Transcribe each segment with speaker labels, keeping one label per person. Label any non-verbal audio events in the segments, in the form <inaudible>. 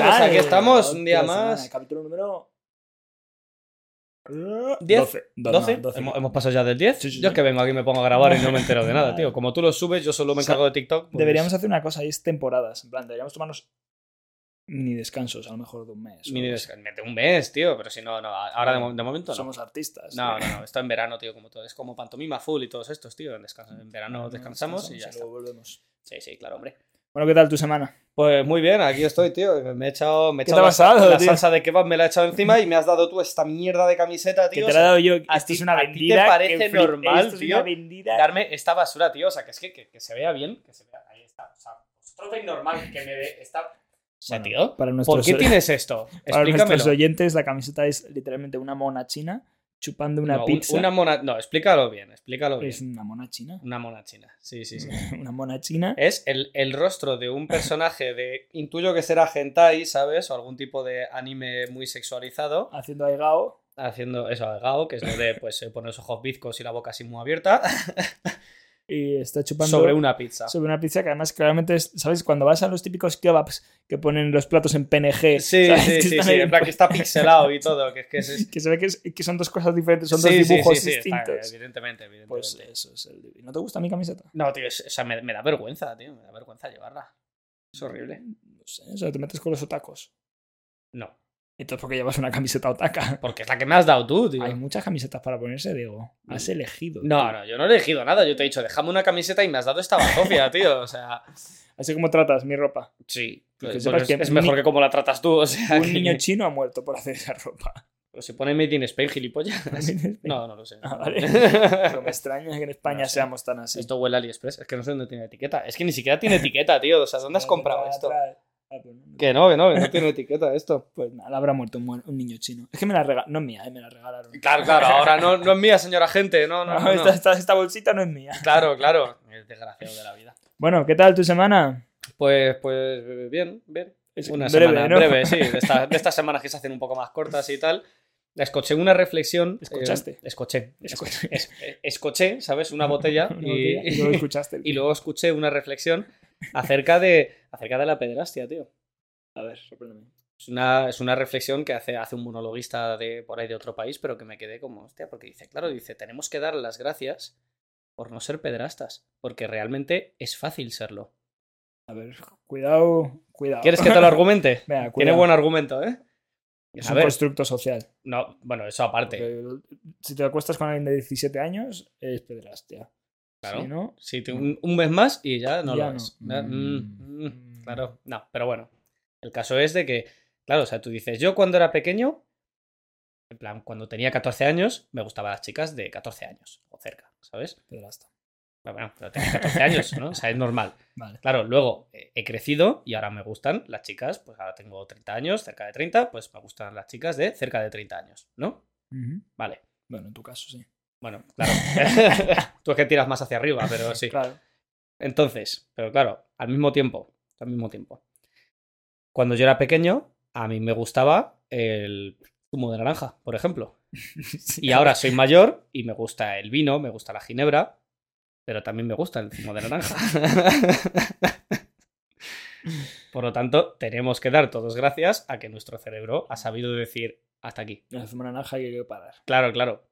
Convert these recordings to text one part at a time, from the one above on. Speaker 1: pues,
Speaker 2: estamos un día
Speaker 1: Otra semana,
Speaker 2: más.
Speaker 1: Capítulo número.
Speaker 2: 10,
Speaker 1: 12. do-
Speaker 2: ¿12?
Speaker 1: no, 12.
Speaker 2: Hemos, hemos pasado ya del 10.
Speaker 1: Sí, sí,
Speaker 2: yo es
Speaker 1: sí.
Speaker 2: que vengo aquí y me pongo a grabar y no me entero de
Speaker 1: <laughs>
Speaker 2: nada,
Speaker 1: Vale.
Speaker 2: tío. Como tú lo subes, yo solo me
Speaker 1: O sea,
Speaker 2: encargo de TikTok. pues-
Speaker 1: Deberíamos hacer una cosa, y es temporadas. En plan, deberíamos tomarnos mini descansos, a lo mejor de un mes. o
Speaker 2: Mini
Speaker 1: algo
Speaker 2: descanso. Mete un mes, tío, pero si no, no. Ahora de, mo- de momento
Speaker 1: así.
Speaker 2: no.
Speaker 1: Somos artistas.
Speaker 2: No, no, no. Está en verano, tío, como todo. Es como pantomima full y todos estos, tío. En, descanso- en verano descansamos y ya
Speaker 1: Ah,
Speaker 2: está.
Speaker 1: luego volvemos.
Speaker 2: Sí, sí, claro, hombre.
Speaker 1: Bueno, ¿qué tal tu semana?
Speaker 2: Pues muy bien, aquí estoy, tío. Me he echado. Me he
Speaker 1: ¿Qué
Speaker 2: echado
Speaker 1: te ha
Speaker 2: la-
Speaker 1: pasado,
Speaker 2: la,
Speaker 1: tío?
Speaker 2: salsa de kebab me la he echado encima y me has dado tú esta mierda de camiseta, tío.
Speaker 1: que te la he
Speaker 2: o sea,
Speaker 1: dado yo.
Speaker 2: ¿a
Speaker 1: Esto
Speaker 2: ti-
Speaker 1: es una
Speaker 2: a ti te
Speaker 1: vendida.
Speaker 2: parece
Speaker 1: que flip-
Speaker 2: normal,
Speaker 1: esto es una
Speaker 2: tío?
Speaker 1: vendida.
Speaker 2: darme esta basura, tío. O sea, que es que, que, que se vea bien, que se vea. Ahí está. O sea, vosotros veis normal que me dé esta. O sea,
Speaker 1: Bueno,
Speaker 2: tío.
Speaker 1: Para
Speaker 2: ¿Por
Speaker 1: nuestros,
Speaker 2: qué tienes esto?
Speaker 1: <laughs> para nuestros
Speaker 2: Explícamelo.
Speaker 1: oyentes, la camiseta es literalmente una mona china chupando una
Speaker 2: No, un-
Speaker 1: pizza.
Speaker 2: Una mona. No, explícalo bien, explícalo bien.
Speaker 1: Es una mona china.
Speaker 2: Una mona china. Sí, sí, Eh. sí.
Speaker 1: <laughs> Una mona china.
Speaker 2: Es el, el rostro de un personaje de. Intuyo que será hentai, ¿sabes? O algún tipo de anime muy sexualizado.
Speaker 1: Haciendo aigao.
Speaker 2: Haciendo eso al gao, que es
Speaker 1: <laughs>
Speaker 2: lo de pues, eh, poner los ojos bizcos y la boca así muy abierta.
Speaker 1: Y está chupando.
Speaker 2: sobre una pizza.
Speaker 1: sobre una pizza que además claramente es, ¿sabes? Cuando vas a los típicos kebabs que ponen los platos en PNG, <laughs>
Speaker 2: Sí,
Speaker 1: ¿sabes?
Speaker 2: sí,
Speaker 1: que
Speaker 2: sí,
Speaker 1: están
Speaker 2: sí.
Speaker 1: ahí
Speaker 2: En plan que está pixelado y todo. Que es que es-
Speaker 1: <laughs>
Speaker 2: es-
Speaker 1: que se ve que, es- que son dos cosas diferentes, son
Speaker 2: Sí,
Speaker 1: dos
Speaker 2: sí,
Speaker 1: dibujos
Speaker 2: sí, sí, está,
Speaker 1: distintos.
Speaker 2: evidentemente, evidentemente.
Speaker 1: pues eso es el ¿No te gusta mi camiseta?
Speaker 2: No, tío, es- o sea, me, me da vergüenza, tío. Me da vergüenza llevarla. Es horrible.
Speaker 1: No sé, o sea, te metes con los otacos.
Speaker 2: No.
Speaker 1: Entonces, ¿por qué llevas una camiseta otaka?
Speaker 2: Porque es la que me has dado tú, tío.
Speaker 1: Hay muchas camisetas para ponerse, Diego. Has elegido.
Speaker 2: Mm. No,
Speaker 1: tío.
Speaker 2: no, yo no he elegido nada. Yo te he dicho, déjame una camiseta y me has dado
Speaker 1: <laughs>
Speaker 2: esta bazofia, tío. O sea.
Speaker 1: Así como tratas mi
Speaker 2: <laughs>
Speaker 1: ropa.
Speaker 2: Sí,
Speaker 1: Que
Speaker 2: pues,
Speaker 1: sepas
Speaker 2: es,
Speaker 1: que
Speaker 2: es
Speaker 1: un
Speaker 2: mejor
Speaker 1: ni-
Speaker 2: que como la tratas tú, o sea,
Speaker 1: Un
Speaker 2: que- <laughs>
Speaker 1: niño chino ha muerto por hacer esa ropa. <laughs>
Speaker 2: Pues se pone Made in Spain, gilipollas. No, no lo sé.
Speaker 1: Ah,
Speaker 2: <laughs>
Speaker 1: vale. Pero me extraña que en España
Speaker 2: No sé.
Speaker 1: seamos tan así.
Speaker 2: Esto huele a AliExpress, es que no sé dónde tiene etiqueta. Es que ni siquiera tiene etiqueta, tío. O sea, ¿dónde has comprado esto?
Speaker 1: Ah,
Speaker 2: Que no, que no, que no tiene etiqueta esto.
Speaker 1: Pues nada, habrá muerto un, mu- un niño chino. Es que me la regalaron. No es mía, eh, me la regalaron.
Speaker 2: Claro, claro, ahora
Speaker 1: <laughs>
Speaker 2: no, no es mía, señora gente. No, no,
Speaker 1: No,
Speaker 2: no. no.
Speaker 1: Esta, esta- esta bolsita no es mía.
Speaker 2: Claro, claro. El desgraciado de la vida.
Speaker 1: Bueno, ¿qué tal tu semana?
Speaker 2: Pues, pues, bien, bien.
Speaker 1: Es
Speaker 2: Una
Speaker 1: breve,
Speaker 2: semana
Speaker 1: ¿no?
Speaker 2: breve, sí. De, esta- de estas semanas que se hacen un poco más cortas y tal. Escuché una reflexión. eh,
Speaker 1: ¿Escuchaste?
Speaker 2: escuché.
Speaker 1: Escuché.
Speaker 2: Es- es- escuché, ¿sabes? Una botella.
Speaker 1: <laughs> Una
Speaker 2: y,
Speaker 1: botella, y luego escuchaste.
Speaker 2: <laughs> y luego escuché una reflexión acerca de, acerca de la pederastia, tío.
Speaker 1: A ver, sorpréndeme.
Speaker 2: Es una, es una reflexión que hace, hace un monologuista de por ahí de otro país, pero que me quedé como, hostia, porque dice, claro, dice, tenemos que dar las gracias por no ser pederastas, porque realmente es fácil serlo.
Speaker 1: A ver, cuidado, cuidado.
Speaker 2: ¿Quieres que te lo argumente?
Speaker 1: <laughs> Venga,
Speaker 2: Tiene
Speaker 1: cuidado.
Speaker 2: buen argumento, ¿eh?
Speaker 1: Es
Speaker 2: A
Speaker 1: un
Speaker 2: ver,
Speaker 1: constructo social.
Speaker 2: no, bueno, eso aparte.
Speaker 1: Porque Si te acuestas con alguien de 17 años, es pedrastia.
Speaker 2: Claro.
Speaker 1: Si no,
Speaker 2: Sí, te- un, un mes más y ya no
Speaker 1: Mm. Ya
Speaker 2: lo
Speaker 1: no.
Speaker 2: es. Ya, mm,
Speaker 1: Mm.
Speaker 2: mm, claro, no, pero bueno. El caso es de que, claro, o sea, tú dices, yo cuando era pequeño, en plan, cuando tenía 14 años, me gustaban las chicas de 14 años o cerca, ¿sabes?
Speaker 1: pedrasta.
Speaker 2: Pero bueno, pero tenía 14 años, ¿no? O sea, es normal.
Speaker 1: Vale.
Speaker 2: Claro, luego eh, he crecido y ahora me gustan las chicas, pues ahora tengo 30 años, cerca de 30, pues me gustan las chicas de cerca de 30 años, ¿no?
Speaker 1: Ujú.
Speaker 2: Vale.
Speaker 1: Bueno, en tu caso, sí.
Speaker 2: Bueno, claro. <laughs> tú es que tiras más hacia arriba, pero sí.
Speaker 1: Claro. <laughs>
Speaker 2: Entonces, pero claro, al mismo tiempo, al mismo tiempo. Cuando yo era pequeño, a mí me gustaba el zumo de naranja, por ejemplo. Y ahora soy mayor y me gusta el vino, me gusta la ginebra, pero también me gusta el zumo de
Speaker 1: <laughs>
Speaker 2: naranja. Por lo tanto, tenemos que dar todos gracias a que nuestro cerebro ha sabido decir hasta aquí.
Speaker 1: La semana naranja hay que parar.
Speaker 2: Claro, claro.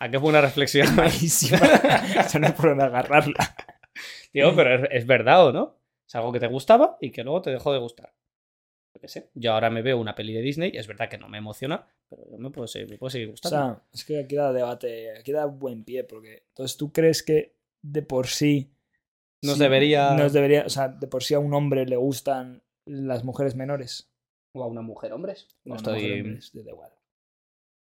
Speaker 2: ¿A qué fue
Speaker 1: <laughs>
Speaker 2: una reflexión?
Speaker 1: Malísima. o sea, no es por dónde agarrarla.
Speaker 2: Tío, pero es, es verdad o no. Es algo que te gustaba y que luego te dejó de gustar. Yo qué sé. Yo ahora me veo una peli de Disney y es verdad que no me emociona, pero yo me puedo seguir, me puedo seguir
Speaker 1: O
Speaker 2: gustando.
Speaker 1: sea, es que aquí da debate, aquí da buen pie, porque entonces tú crees que de por sí.
Speaker 2: Nos
Speaker 1: sí,
Speaker 2: debería-
Speaker 1: Nos debería. O sea, de por sí a un hombre le gustan las mujeres menores.
Speaker 2: o a una mujer, hombres. No,
Speaker 1: Bueno,
Speaker 2: estoy-
Speaker 1: mujeres menores, da igual.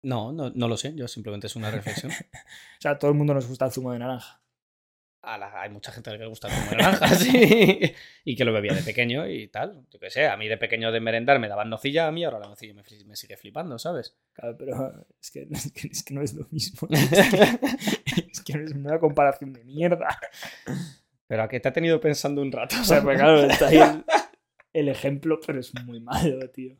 Speaker 2: no, no, no lo sé. Yo simplemente es
Speaker 1: <laughs>
Speaker 2: una reflexión.
Speaker 1: O sea, a todo el mundo nos gusta el zumo de naranja.
Speaker 2: A la- hay mucha gente a la que le gusta el zumo de naranja, sí. Y que lo bebía de pequeño y tal. Yo qué sé. A mí de pequeño de merendar me daban nocilla, a mí ahora la nocilla me, fli- me sigue
Speaker 1: <laughs>
Speaker 2: flipando, ¿sabes?
Speaker 1: Claro, pero es que, es que- es que no es lo mismo. <laughs> Es que, es que no es una comparación de mierda.
Speaker 2: Pero a que te ha tenido pensando un rato.
Speaker 1: O sea,
Speaker 2: <laughs>
Speaker 1: pues claro, está ahí el, el ejemplo, pero es muy malo, tío.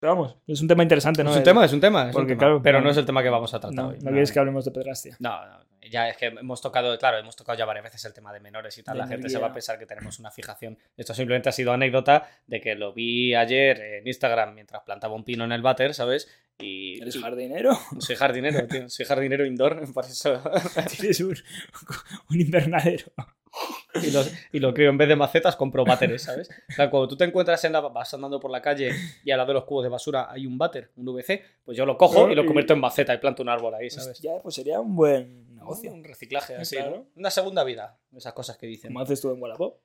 Speaker 1: Pero vamos, es un tema interesante, ¿no?
Speaker 2: es un
Speaker 1: El-
Speaker 2: tema, es un tema. es un
Speaker 1: porque,
Speaker 2: tema.
Speaker 1: claro,
Speaker 2: pero
Speaker 1: no-
Speaker 2: no, es el tema que vamos a tratar
Speaker 1: No,
Speaker 2: hoy.
Speaker 1: no quieres que hablemos de pedrastia.
Speaker 2: No, no, ya es que hemos tocado, claro, hemos tocado ya varias veces el tema de menores y tal.
Speaker 1: De
Speaker 2: la gente se va a
Speaker 1: energía.
Speaker 2: pensar que tenemos una fijación. Esto simplemente ha sido anécdota de que lo vi ayer en Instagram mientras plantaba un pino en el váter, ¿sabes? Y,
Speaker 1: ¿Eres
Speaker 2: y-
Speaker 1: jardinero?
Speaker 2: soy jardinero, tío, soy jardinero indoor, <laughs> por eso.
Speaker 1: <laughs> Tienes un, un invernadero.
Speaker 2: Y, los- y lo creo, en vez de macetas compro váteres, ¿sabes? O sea, cuando tú te encuentras en la, vas andando por la calle y al lado de los cubos de basura hay un váter, un VC, pues yo lo cojo y lo convierto en maceta y planto un árbol ahí, ¿sabes?
Speaker 1: Ya, pues sería un buen negocio.
Speaker 2: Un reciclaje así,
Speaker 1: Claro.
Speaker 2: ¿no? Una segunda vida, esas cosas que dicen.
Speaker 1: Como haces tú en Wallapop.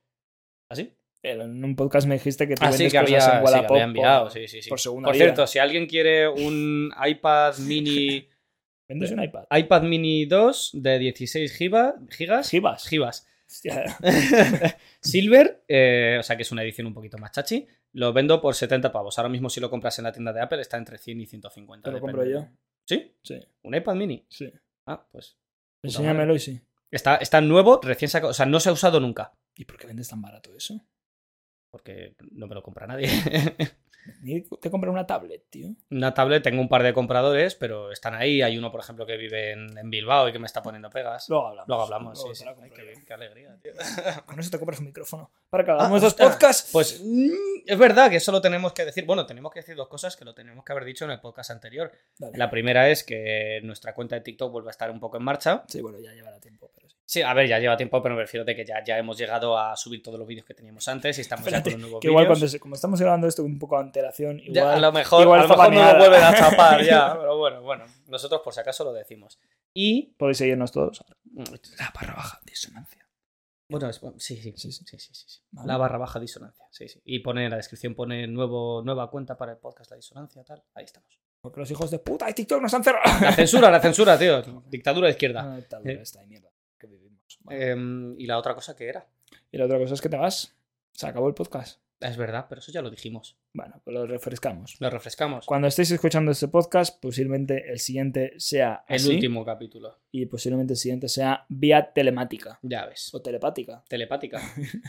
Speaker 2: ¿Así?
Speaker 1: Pero en un podcast me dijiste que tú
Speaker 2: Así
Speaker 1: vendes
Speaker 2: que había,
Speaker 1: cosas en
Speaker 2: Ah, sí, que
Speaker 1: Wallapop.
Speaker 2: había enviado,
Speaker 1: por-
Speaker 2: sí, sí, sí.
Speaker 1: por segunda vida.
Speaker 2: cierto, si alguien quiere un
Speaker 1: <laughs>
Speaker 2: iPad mini,
Speaker 1: Vendes un iPad.
Speaker 2: iPad mini 2 de 16 giga- gigas,
Speaker 1: Gibas.
Speaker 2: gigas,
Speaker 1: Hostia,
Speaker 2: silver, eh, o sea que es una edición un poquito más chachi, lo vendo por 70 pavos. Ahora mismo si lo compras en la tienda de Apple está entre 100 y 150.
Speaker 1: Te lo
Speaker 2: depende.
Speaker 1: compro yo.
Speaker 2: ¿Sí?
Speaker 1: Sí,
Speaker 2: ¿Un iPad mini?
Speaker 1: sí.
Speaker 2: Ah, pues... Puta madre.
Speaker 1: Enséñamelo y sí.
Speaker 2: Está, está nuevo, recién sacado, o sea, no se ha usado nunca.
Speaker 1: ¿Y por qué vendes tan barato eso?
Speaker 2: Porque no me lo compra nadie. <laughs>
Speaker 1: Ni Te compré una tablet, tío.
Speaker 2: una tablet, tengo un par de compradores, pero están ahí. Hay uno, por ejemplo, que vive en, en Bilbao y que me está poniendo pegas.
Speaker 1: Luego hablamos.
Speaker 2: Luego hablamos,
Speaker 1: Luego
Speaker 2: sí,
Speaker 1: te la
Speaker 2: sí. Ay,
Speaker 1: compro
Speaker 2: qué,
Speaker 1: yo.
Speaker 2: qué alegría, tío.
Speaker 1: Con eso Ah, te compras un micrófono. Para que
Speaker 2: Ah,
Speaker 1: <laughs> hagamos dos
Speaker 2: hostia.
Speaker 1: podcasts.
Speaker 2: Pues mm, es verdad que eso lo tenemos que decir. Bueno, tenemos que decir dos cosas que lo tenemos que haber dicho en el podcast anterior.
Speaker 1: Dale.
Speaker 2: La primera es que nuestra cuenta de TikTok vuelve a estar un poco en marcha.
Speaker 1: Sí, bueno, ya llevará tiempo, pero sí.
Speaker 2: Sí, a ver, ya lleva tiempo, pero me refiero de que ya, ya hemos llegado a subir todos los vídeos que teníamos antes y estamos
Speaker 1: Espérate,
Speaker 2: ya con los nuevos
Speaker 1: Que igual
Speaker 2: vídeos.
Speaker 1: cuando se- como estamos grabando esto con un poco de antelación,
Speaker 2: Ya, a
Speaker 1: igual
Speaker 2: lo mejor,
Speaker 1: igual
Speaker 2: a lo
Speaker 1: está
Speaker 2: mejor no lo
Speaker 1: baneada.
Speaker 2: vuelven a
Speaker 1: <laughs>
Speaker 2: tapar ya, pero bueno, bueno, nosotros por si acaso lo decimos. Y
Speaker 1: podéis seguirnos todos. La barra baja disonancia.
Speaker 2: Bueno, es- bueno, sí, sí,
Speaker 1: Sí,
Speaker 2: sí,
Speaker 1: sí.
Speaker 2: sí, sí, sí.
Speaker 1: Vale.
Speaker 2: La barra baja disonancia, sí, sí. Y pone en la descripción, pone nuevo, nueva cuenta para el podcast, la disonancia, tal. Ahí estamos.
Speaker 1: Porque los hijos de puta de TikTok nos han cerrado.
Speaker 2: <laughs>
Speaker 1: <laughs>
Speaker 2: La censura, la censura, tío. Dictadura de izquierda.
Speaker 1: Una dictadura
Speaker 2: Eh.
Speaker 1: esta de mierda que vivimos. Ah, Vale.
Speaker 2: Em, y la otra cosa que era.
Speaker 1: Y la otra cosa es que te vas. Se acabó el podcast.
Speaker 2: Es verdad, pero eso ya lo dijimos.
Speaker 1: Bueno, pues lo refrescamos.
Speaker 2: Lo refrescamos.
Speaker 1: Cuando estéis escuchando este podcast, posiblemente el siguiente sea
Speaker 2: El
Speaker 1: así,
Speaker 2: último capítulo.
Speaker 1: y posiblemente el siguiente sea vía telemática
Speaker 2: Ya ves.
Speaker 1: o telepática. <laughs>
Speaker 2: Telepática.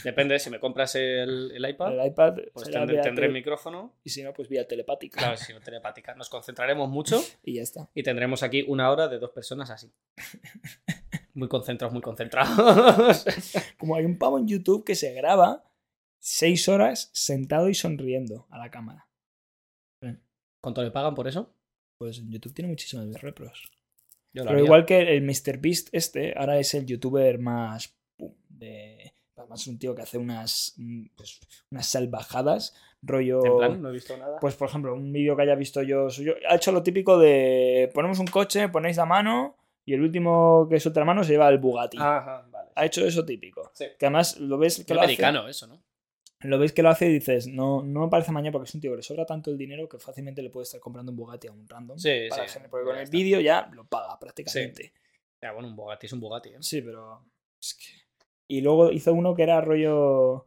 Speaker 2: Depende, si me compras el, el iPad,
Speaker 1: El iPad
Speaker 2: pues
Speaker 1: será
Speaker 2: tendré,
Speaker 1: vía
Speaker 2: tendré
Speaker 1: tele-
Speaker 2: micrófono.
Speaker 1: y si no, pues vía telepática. <laughs>
Speaker 2: Claro, sí, telepática. Nos concentraremos mucho
Speaker 1: Y ya está.
Speaker 2: y tendremos aquí una hora de dos
Speaker 1: <laughs>
Speaker 2: personas así. Muy concentrados, muy concentrados.
Speaker 1: Como hay un pavo en YouTube que se graba seis horas sentado y sonriendo a la cámara.
Speaker 2: ¿Cuánto le pagan por eso?
Speaker 1: Pues en YouTube tiene muchísimas repros.
Speaker 2: Yo lo
Speaker 1: Pero
Speaker 2: haría.
Speaker 1: igual que el Mr. Beast este, ahora es el youtuber más pum, de... Además es un tío que hace unas, mm, pues, unas salvajadas, rollo...
Speaker 2: En plan, no he visto nada.
Speaker 1: Pues por ejemplo, un vídeo que haya visto yo suyo, ha hecho lo típico de ponemos un coche, ponéis la mano y el último que suelta la mano se lleva el Bugatti.
Speaker 2: ah, Ajá, vale.
Speaker 1: Ha hecho eso típico.
Speaker 2: Sí.
Speaker 1: Que además lo ves
Speaker 2: Qué
Speaker 1: que lo hace,
Speaker 2: americano eso, ¿no?
Speaker 1: lo ves que lo hace y dices, no, no me parece mañana porque es un tío que le sobra tanto el dinero que fácilmente le puede estar comprando un Bugatti a un random.
Speaker 2: Sí,
Speaker 1: para
Speaker 2: sí.
Speaker 1: gener- porque con
Speaker 2: Ya
Speaker 1: el
Speaker 2: está.
Speaker 1: vídeo ya lo paga prácticamente.
Speaker 2: Ya, bueno, un Bugatti es un Bugatti, ¿eh?
Speaker 1: Sí, pero. es que- Y luego hizo uno que era rollo.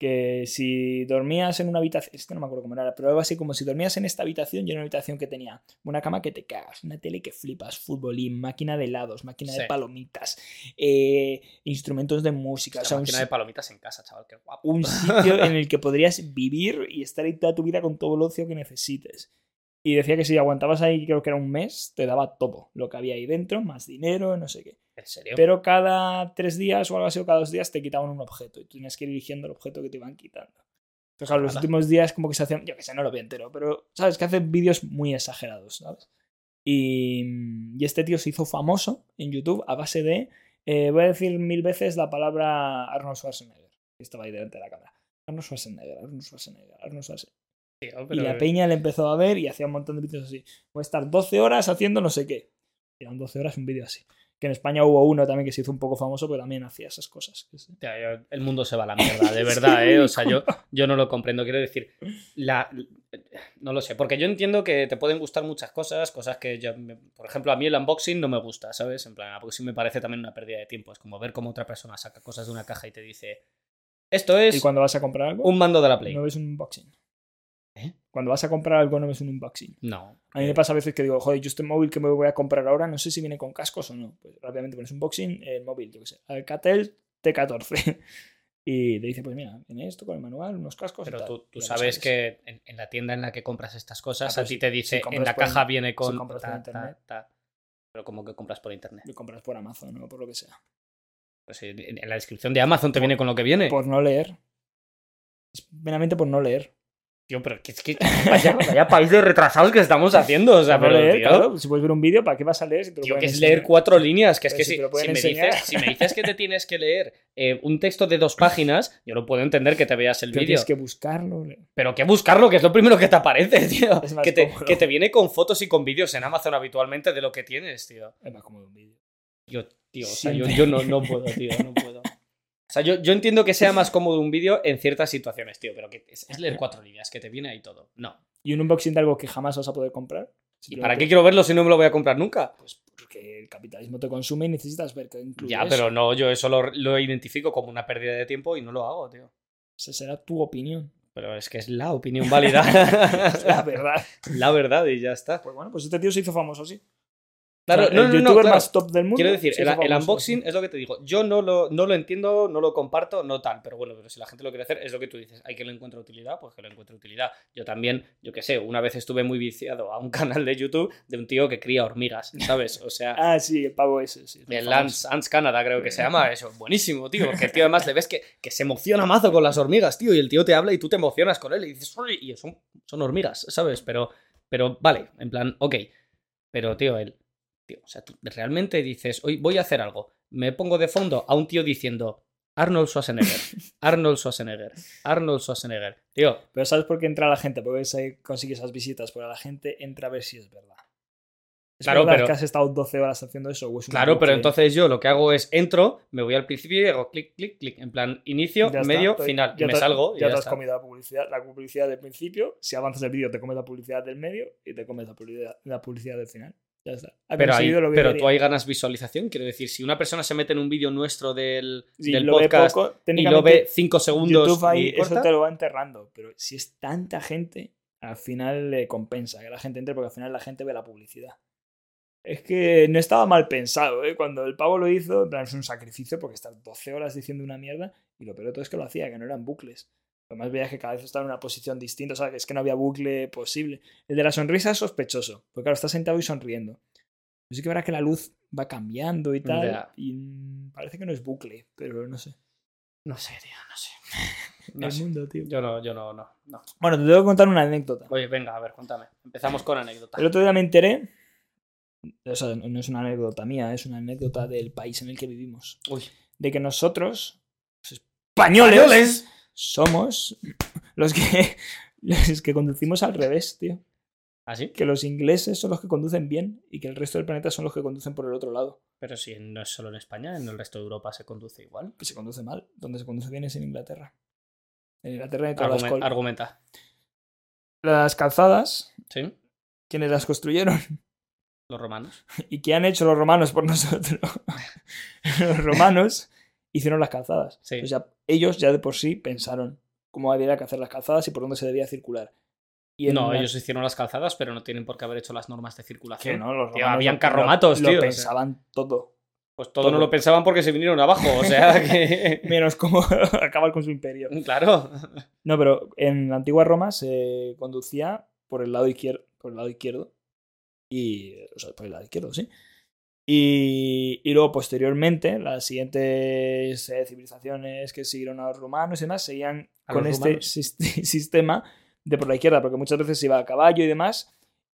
Speaker 1: Que si dormías en una habitación. Es que no me acuerdo cómo era, pero algo así como si dormías en esta habitación y era una habitación que tenía una cama que te cagas, una tele que flipas, futbolín, máquina de helados, máquina de
Speaker 2: Sí.
Speaker 1: palomitas, eh, instrumentos de música.
Speaker 2: La
Speaker 1: O sea, un,
Speaker 2: máquina
Speaker 1: si-
Speaker 2: de palomitas en casa, chaval, qué guapo.
Speaker 1: un sitio en el que podrías vivir y estar ahí toda tu vida con todo el ocio que necesites. Y decía que si aguantabas ahí, creo que era un mes, te daba todo lo que había ahí dentro, más dinero, no sé qué.
Speaker 2: ¿En serio?
Speaker 1: Pero cada tres días o algo así, o cada dos días te quitaban un objeto y tú tenías que ir eligiendo el objeto que te iban quitando. Pero claro, los
Speaker 2: Ala.
Speaker 1: últimos días como que se hacían, yo que sé, no lo vi entero, pero sabes que hacen vídeos muy exagerados, ¿sabes? Y, y este tío se hizo famoso en YouTube a base de, eh, voy a decir mil veces la palabra Arnold Schwarzenegger, que estaba ahí delante de la cámara. Arnold Schwarzenegger, Arnold Schwarzenegger, Arnold Schwarzenegger.
Speaker 2: Tío,
Speaker 1: Y
Speaker 2: pero- eh,
Speaker 1: la peña le empezó a ver y hacía un montón de vídeos así. Voy a estar 12 horas haciendo no sé qué. Y eran 12 horas un vídeo así. Que en España hubo uno también que se hizo un poco famoso, pero también hacía esas cosas. que sí.
Speaker 2: Tío, yo- el mundo se va a la mierda,
Speaker 1: <laughs>
Speaker 2: de
Speaker 1: Es
Speaker 2: verdad,
Speaker 1: que
Speaker 2: ¿eh?
Speaker 1: es
Speaker 2: O sea, yo, yo no lo comprendo. Quiero decir, la... no lo sé, porque yo entiendo que te pueden gustar muchas cosas, cosas que yo, me- por ejemplo, a mí el unboxing no me gusta, ¿sabes? En plan, el unboxing me parece también una pérdida de tiempo. Es como ver cómo otra persona saca cosas de una caja y te dice, esto
Speaker 1: Y
Speaker 2: es
Speaker 1: cuando vas a comprar algo,
Speaker 2: un mando de la Play.
Speaker 1: no ves un unboxing.
Speaker 2: ¿Eh?
Speaker 1: Cuando vas a comprar algo, no ves un unboxing.
Speaker 2: No. eh,
Speaker 1: A mí me pasa a veces que digo, joder, yo este móvil que me voy a comprar ahora, no sé si viene con cascos o no. Pues rápidamente pones unboxing, el móvil, yo qué sé, Alcatel T14. <laughs> y te dice, pues mira, en esto con el manual, unos cascos. y
Speaker 2: Pero
Speaker 1: tal.
Speaker 2: tú,
Speaker 1: Ya
Speaker 2: tú
Speaker 1: lo
Speaker 2: sabes, que en, en la tienda en la que compras estas cosas,
Speaker 1: Ah,
Speaker 2: a
Speaker 1: pues
Speaker 2: ti te dice, en
Speaker 1: compras
Speaker 2: la
Speaker 1: por
Speaker 2: caja
Speaker 1: in-
Speaker 2: viene con...
Speaker 1: compras por
Speaker 2: ta, ta,
Speaker 1: internet.
Speaker 2: ta. Pero como que compras por internet.
Speaker 1: Lo compras por Amazon o por lo que sea.
Speaker 2: Pues en, en la descripción de Amazon te viene con lo que viene.
Speaker 1: Por no leer. Es meramente por no leer.
Speaker 2: Tío, pero que,
Speaker 1: <laughs>
Speaker 2: es que vaya, vaya país de retrasados que estamos haciendo. O sea,
Speaker 1: Por
Speaker 2: pero,
Speaker 1: no leer,
Speaker 2: tío,
Speaker 1: claro, Si puedes ver un vídeo, ¿para qué vas a leer? Si te lo
Speaker 2: tío, que
Speaker 1: pueden
Speaker 2: es leer
Speaker 1: enseñar?
Speaker 2: cuatro líneas. Que es
Speaker 1: Pero
Speaker 2: que
Speaker 1: si
Speaker 2: si,
Speaker 1: te lo pueden
Speaker 2: si me
Speaker 1: enseñar.
Speaker 2: dices, si me dices que te tienes que leer eh, un texto de dos páginas, yo no puedo entender que te veas el
Speaker 1: Pero
Speaker 2: vídeo.
Speaker 1: tienes que buscarlo. leer.
Speaker 2: Pero que buscarlo, que es lo primero que te aparece, <laughs> tío.
Speaker 1: Es más
Speaker 2: Que te,
Speaker 1: cómodo.
Speaker 2: que te viene con fotos y con vídeos en Amazon habitualmente de lo que tienes, tío.
Speaker 1: Es más cómodo un vídeo.
Speaker 2: Yo, tío, o sea, yo,
Speaker 1: Siempre.
Speaker 2: yo no, no puedo, tío, no puedo. O sea, yo, yo entiendo que sea más cómodo un vídeo en ciertas situaciones, tío, pero que es, es leer cuatro líneas, que te viene ahí todo. No.
Speaker 1: Y un unboxing de algo que jamás vas a poder comprar.
Speaker 2: ¿Y para qué
Speaker 1: Simplemente,
Speaker 2: quiero verlo si no me lo voy a comprar nunca?
Speaker 1: Pues porque el capitalismo te consume y necesitas ver que incluye
Speaker 2: Ya,
Speaker 1: eso.
Speaker 2: pero no, yo eso lo, lo identifico como una pérdida de tiempo y no lo hago, tío.
Speaker 1: Esa será tu opinión. <laughs>
Speaker 2: Pero es que es la opinión válida.
Speaker 1: Es
Speaker 2: <laughs>
Speaker 1: la verdad.
Speaker 2: la verdad y ya está.
Speaker 1: Pues bueno, pues este tío se hizo famoso así.
Speaker 2: Claro,
Speaker 1: O sea,
Speaker 2: no,
Speaker 1: el
Speaker 2: no, no,
Speaker 1: youtuber
Speaker 2: claro.
Speaker 1: más top del mundo.
Speaker 2: Quiero decir,
Speaker 1: se
Speaker 2: el,
Speaker 1: hizo
Speaker 2: el
Speaker 1: famoso
Speaker 2: unboxing es lo que te digo. Yo no lo, no lo entiendo, no lo comparto, no tal. Pero bueno, pero si la gente lo quiere hacer, es lo que tú dices. Hay que le encuentre utilidad, pues que le encuentre utilidad. Yo también, yo qué sé, una vez estuve muy viciado a un <laughs> canal de YouTube de un tío que cría hormigas, ¿sabes? O sea,
Speaker 1: Ah, sí, el pavo ese. Sí,
Speaker 2: el
Speaker 1: famoso.
Speaker 2: Ants, Ants Canada creo que se llama. Eso, buenísimo, tío. Porque el tío además le ves que, que se emociona mazo con las hormigas, tío. Y el tío te habla y tú te emocionas con él y dices, "Uy", y son, son hormigas, ¿sabes? Pero, pero vale, en plan, ok. Pero, tío, él, tío, o sea, tú realmente dices, hoy voy a hacer algo. Me pongo de fondo a un tío diciendo, Arnold Schwarzenegger, Arnold Schwarzenegger, Arnold Schwarzenegger. Tío,
Speaker 1: Pero ¿sabes por qué entra la gente? Porque se consigue esas visitas. Porque la gente entra a ver si es verdad. ¿Es
Speaker 2: Claro,
Speaker 1: verdad
Speaker 2: pero-
Speaker 1: que has estado 12 horas haciendo eso? o es una
Speaker 2: Claro, pero
Speaker 1: bucle?
Speaker 2: entonces yo lo que hago es entro, me voy al principio y hago clic, clic, clic. En plan,
Speaker 1: Ya
Speaker 2: inicio,
Speaker 1: está,
Speaker 2: medio,
Speaker 1: te-
Speaker 2: final. Y
Speaker 1: ya
Speaker 2: me
Speaker 1: te-
Speaker 2: salgo y
Speaker 1: Ya
Speaker 2: ya,
Speaker 1: te has
Speaker 2: está.
Speaker 1: comido la publicidad, la publicidad del principio. Si avanzas el vídeo, te comes la publicidad del medio y te comes la publicidad, la publicidad del final. Ya está. Has
Speaker 2: Pero, ahí-
Speaker 1: conseguido lo que
Speaker 2: pero
Speaker 1: querías.
Speaker 2: tú ahí ganas visualización. Quiero decir, si una persona se mete en un vídeo nuestro del,
Speaker 1: Si
Speaker 2: del
Speaker 1: lo ve
Speaker 2: podcast
Speaker 1: poco,
Speaker 2: y lo
Speaker 1: técnicamente,
Speaker 2: ve 5 segundos
Speaker 1: YouTube ahí
Speaker 2: y
Speaker 1: eso
Speaker 2: corta,
Speaker 1: te lo va enterrando. Pero si es tanta gente, al final le compensa que la gente entre porque al final la gente ve la publicidad. Es que no estaba mal pensado, ¿eh? Cuando el pavo lo hizo, en plan, es un sacrificio porque estar 12 horas diciendo una mierda y lo peor de todo es que lo hacía, que no eran bucles. Lo más veía es que cada vez estaba en una posición distinta, o sea, que es que no había bucle posible. El de la sonrisa es sospechoso, porque claro, está sentado y sonriendo. Pero sí que verás que la luz va cambiando y tal,
Speaker 2: Ya.
Speaker 1: y mm, parece que no es bucle, pero no sé.
Speaker 2: No sé, tío, no sé.
Speaker 1: <laughs>
Speaker 2: No
Speaker 1: el
Speaker 2: sé.
Speaker 1: mundo, tío.
Speaker 2: Yo no, yo no, no, no.
Speaker 1: Bueno, te tengo que contar una anécdota.
Speaker 2: Oye, venga, a ver, cuéntame. Empezamos con anécdotas.
Speaker 1: El otro día me enteré. O sea, no es una anécdota mía, es una anécdota del país en el que vivimos.
Speaker 2: Uy.
Speaker 1: De que nosotros, los españoles, somos los que, <laughs> los que conducimos al revés, tío.
Speaker 2: ¿Así?
Speaker 1: Que los ingleses son los que conducen bien y que el resto del planeta son los que conducen por el otro lado.
Speaker 2: Pero si no es solo en España, en el resto de Europa se conduce igual.
Speaker 1: Que se conduce mal. Donde se conduce bien es en Inglaterra. En Inglaterra hay todas las,
Speaker 2: Argumen-
Speaker 1: col-
Speaker 2: argumenta.
Speaker 1: las calzadas.
Speaker 2: ¿Sí?
Speaker 1: ¿Quiénes las construyeron?
Speaker 2: Los romanos.
Speaker 1: ¿Y qué han hecho los romanos por <laughs> nosotros? los romanos hicieron las calzadas.
Speaker 2: Sí.
Speaker 1: O sea, ellos ya de por sí pensaron cómo había que hacer las calzadas y por dónde se debía circular. Y en
Speaker 2: No,
Speaker 1: la-
Speaker 2: ellos hicieron las calzadas, pero no tienen por qué haber hecho las normas de
Speaker 1: que
Speaker 2: circulación.
Speaker 1: no, los
Speaker 2: Tío,
Speaker 1: romanos
Speaker 2: habían
Speaker 1: lo-
Speaker 2: carromatos,
Speaker 1: lo,
Speaker 2: tío, o
Speaker 1: Lo
Speaker 2: sea.
Speaker 1: pensaban todo.
Speaker 2: Pues todo,
Speaker 1: Todo.
Speaker 2: no lo pensaban porque se vinieron abajo,
Speaker 1: <laughs>
Speaker 2: o sea que...
Speaker 1: Menos cómo <laughs> acabar con su imperio.
Speaker 2: <laughs> claro.
Speaker 1: No, pero en la antigua Roma se conducía por el lado izquierdo, por el lado izquierdo y o sea, por el lado izquierdo, sí. Y, y luego posteriormente las siguientes eh, civilizaciones que siguieron a los romanos y demás seguían
Speaker 2: A
Speaker 1: con
Speaker 2: los
Speaker 1: este
Speaker 2: romanos.
Speaker 1: sist- <laughs> sistema de por la izquierda, porque muchas veces se iba a caballo y demás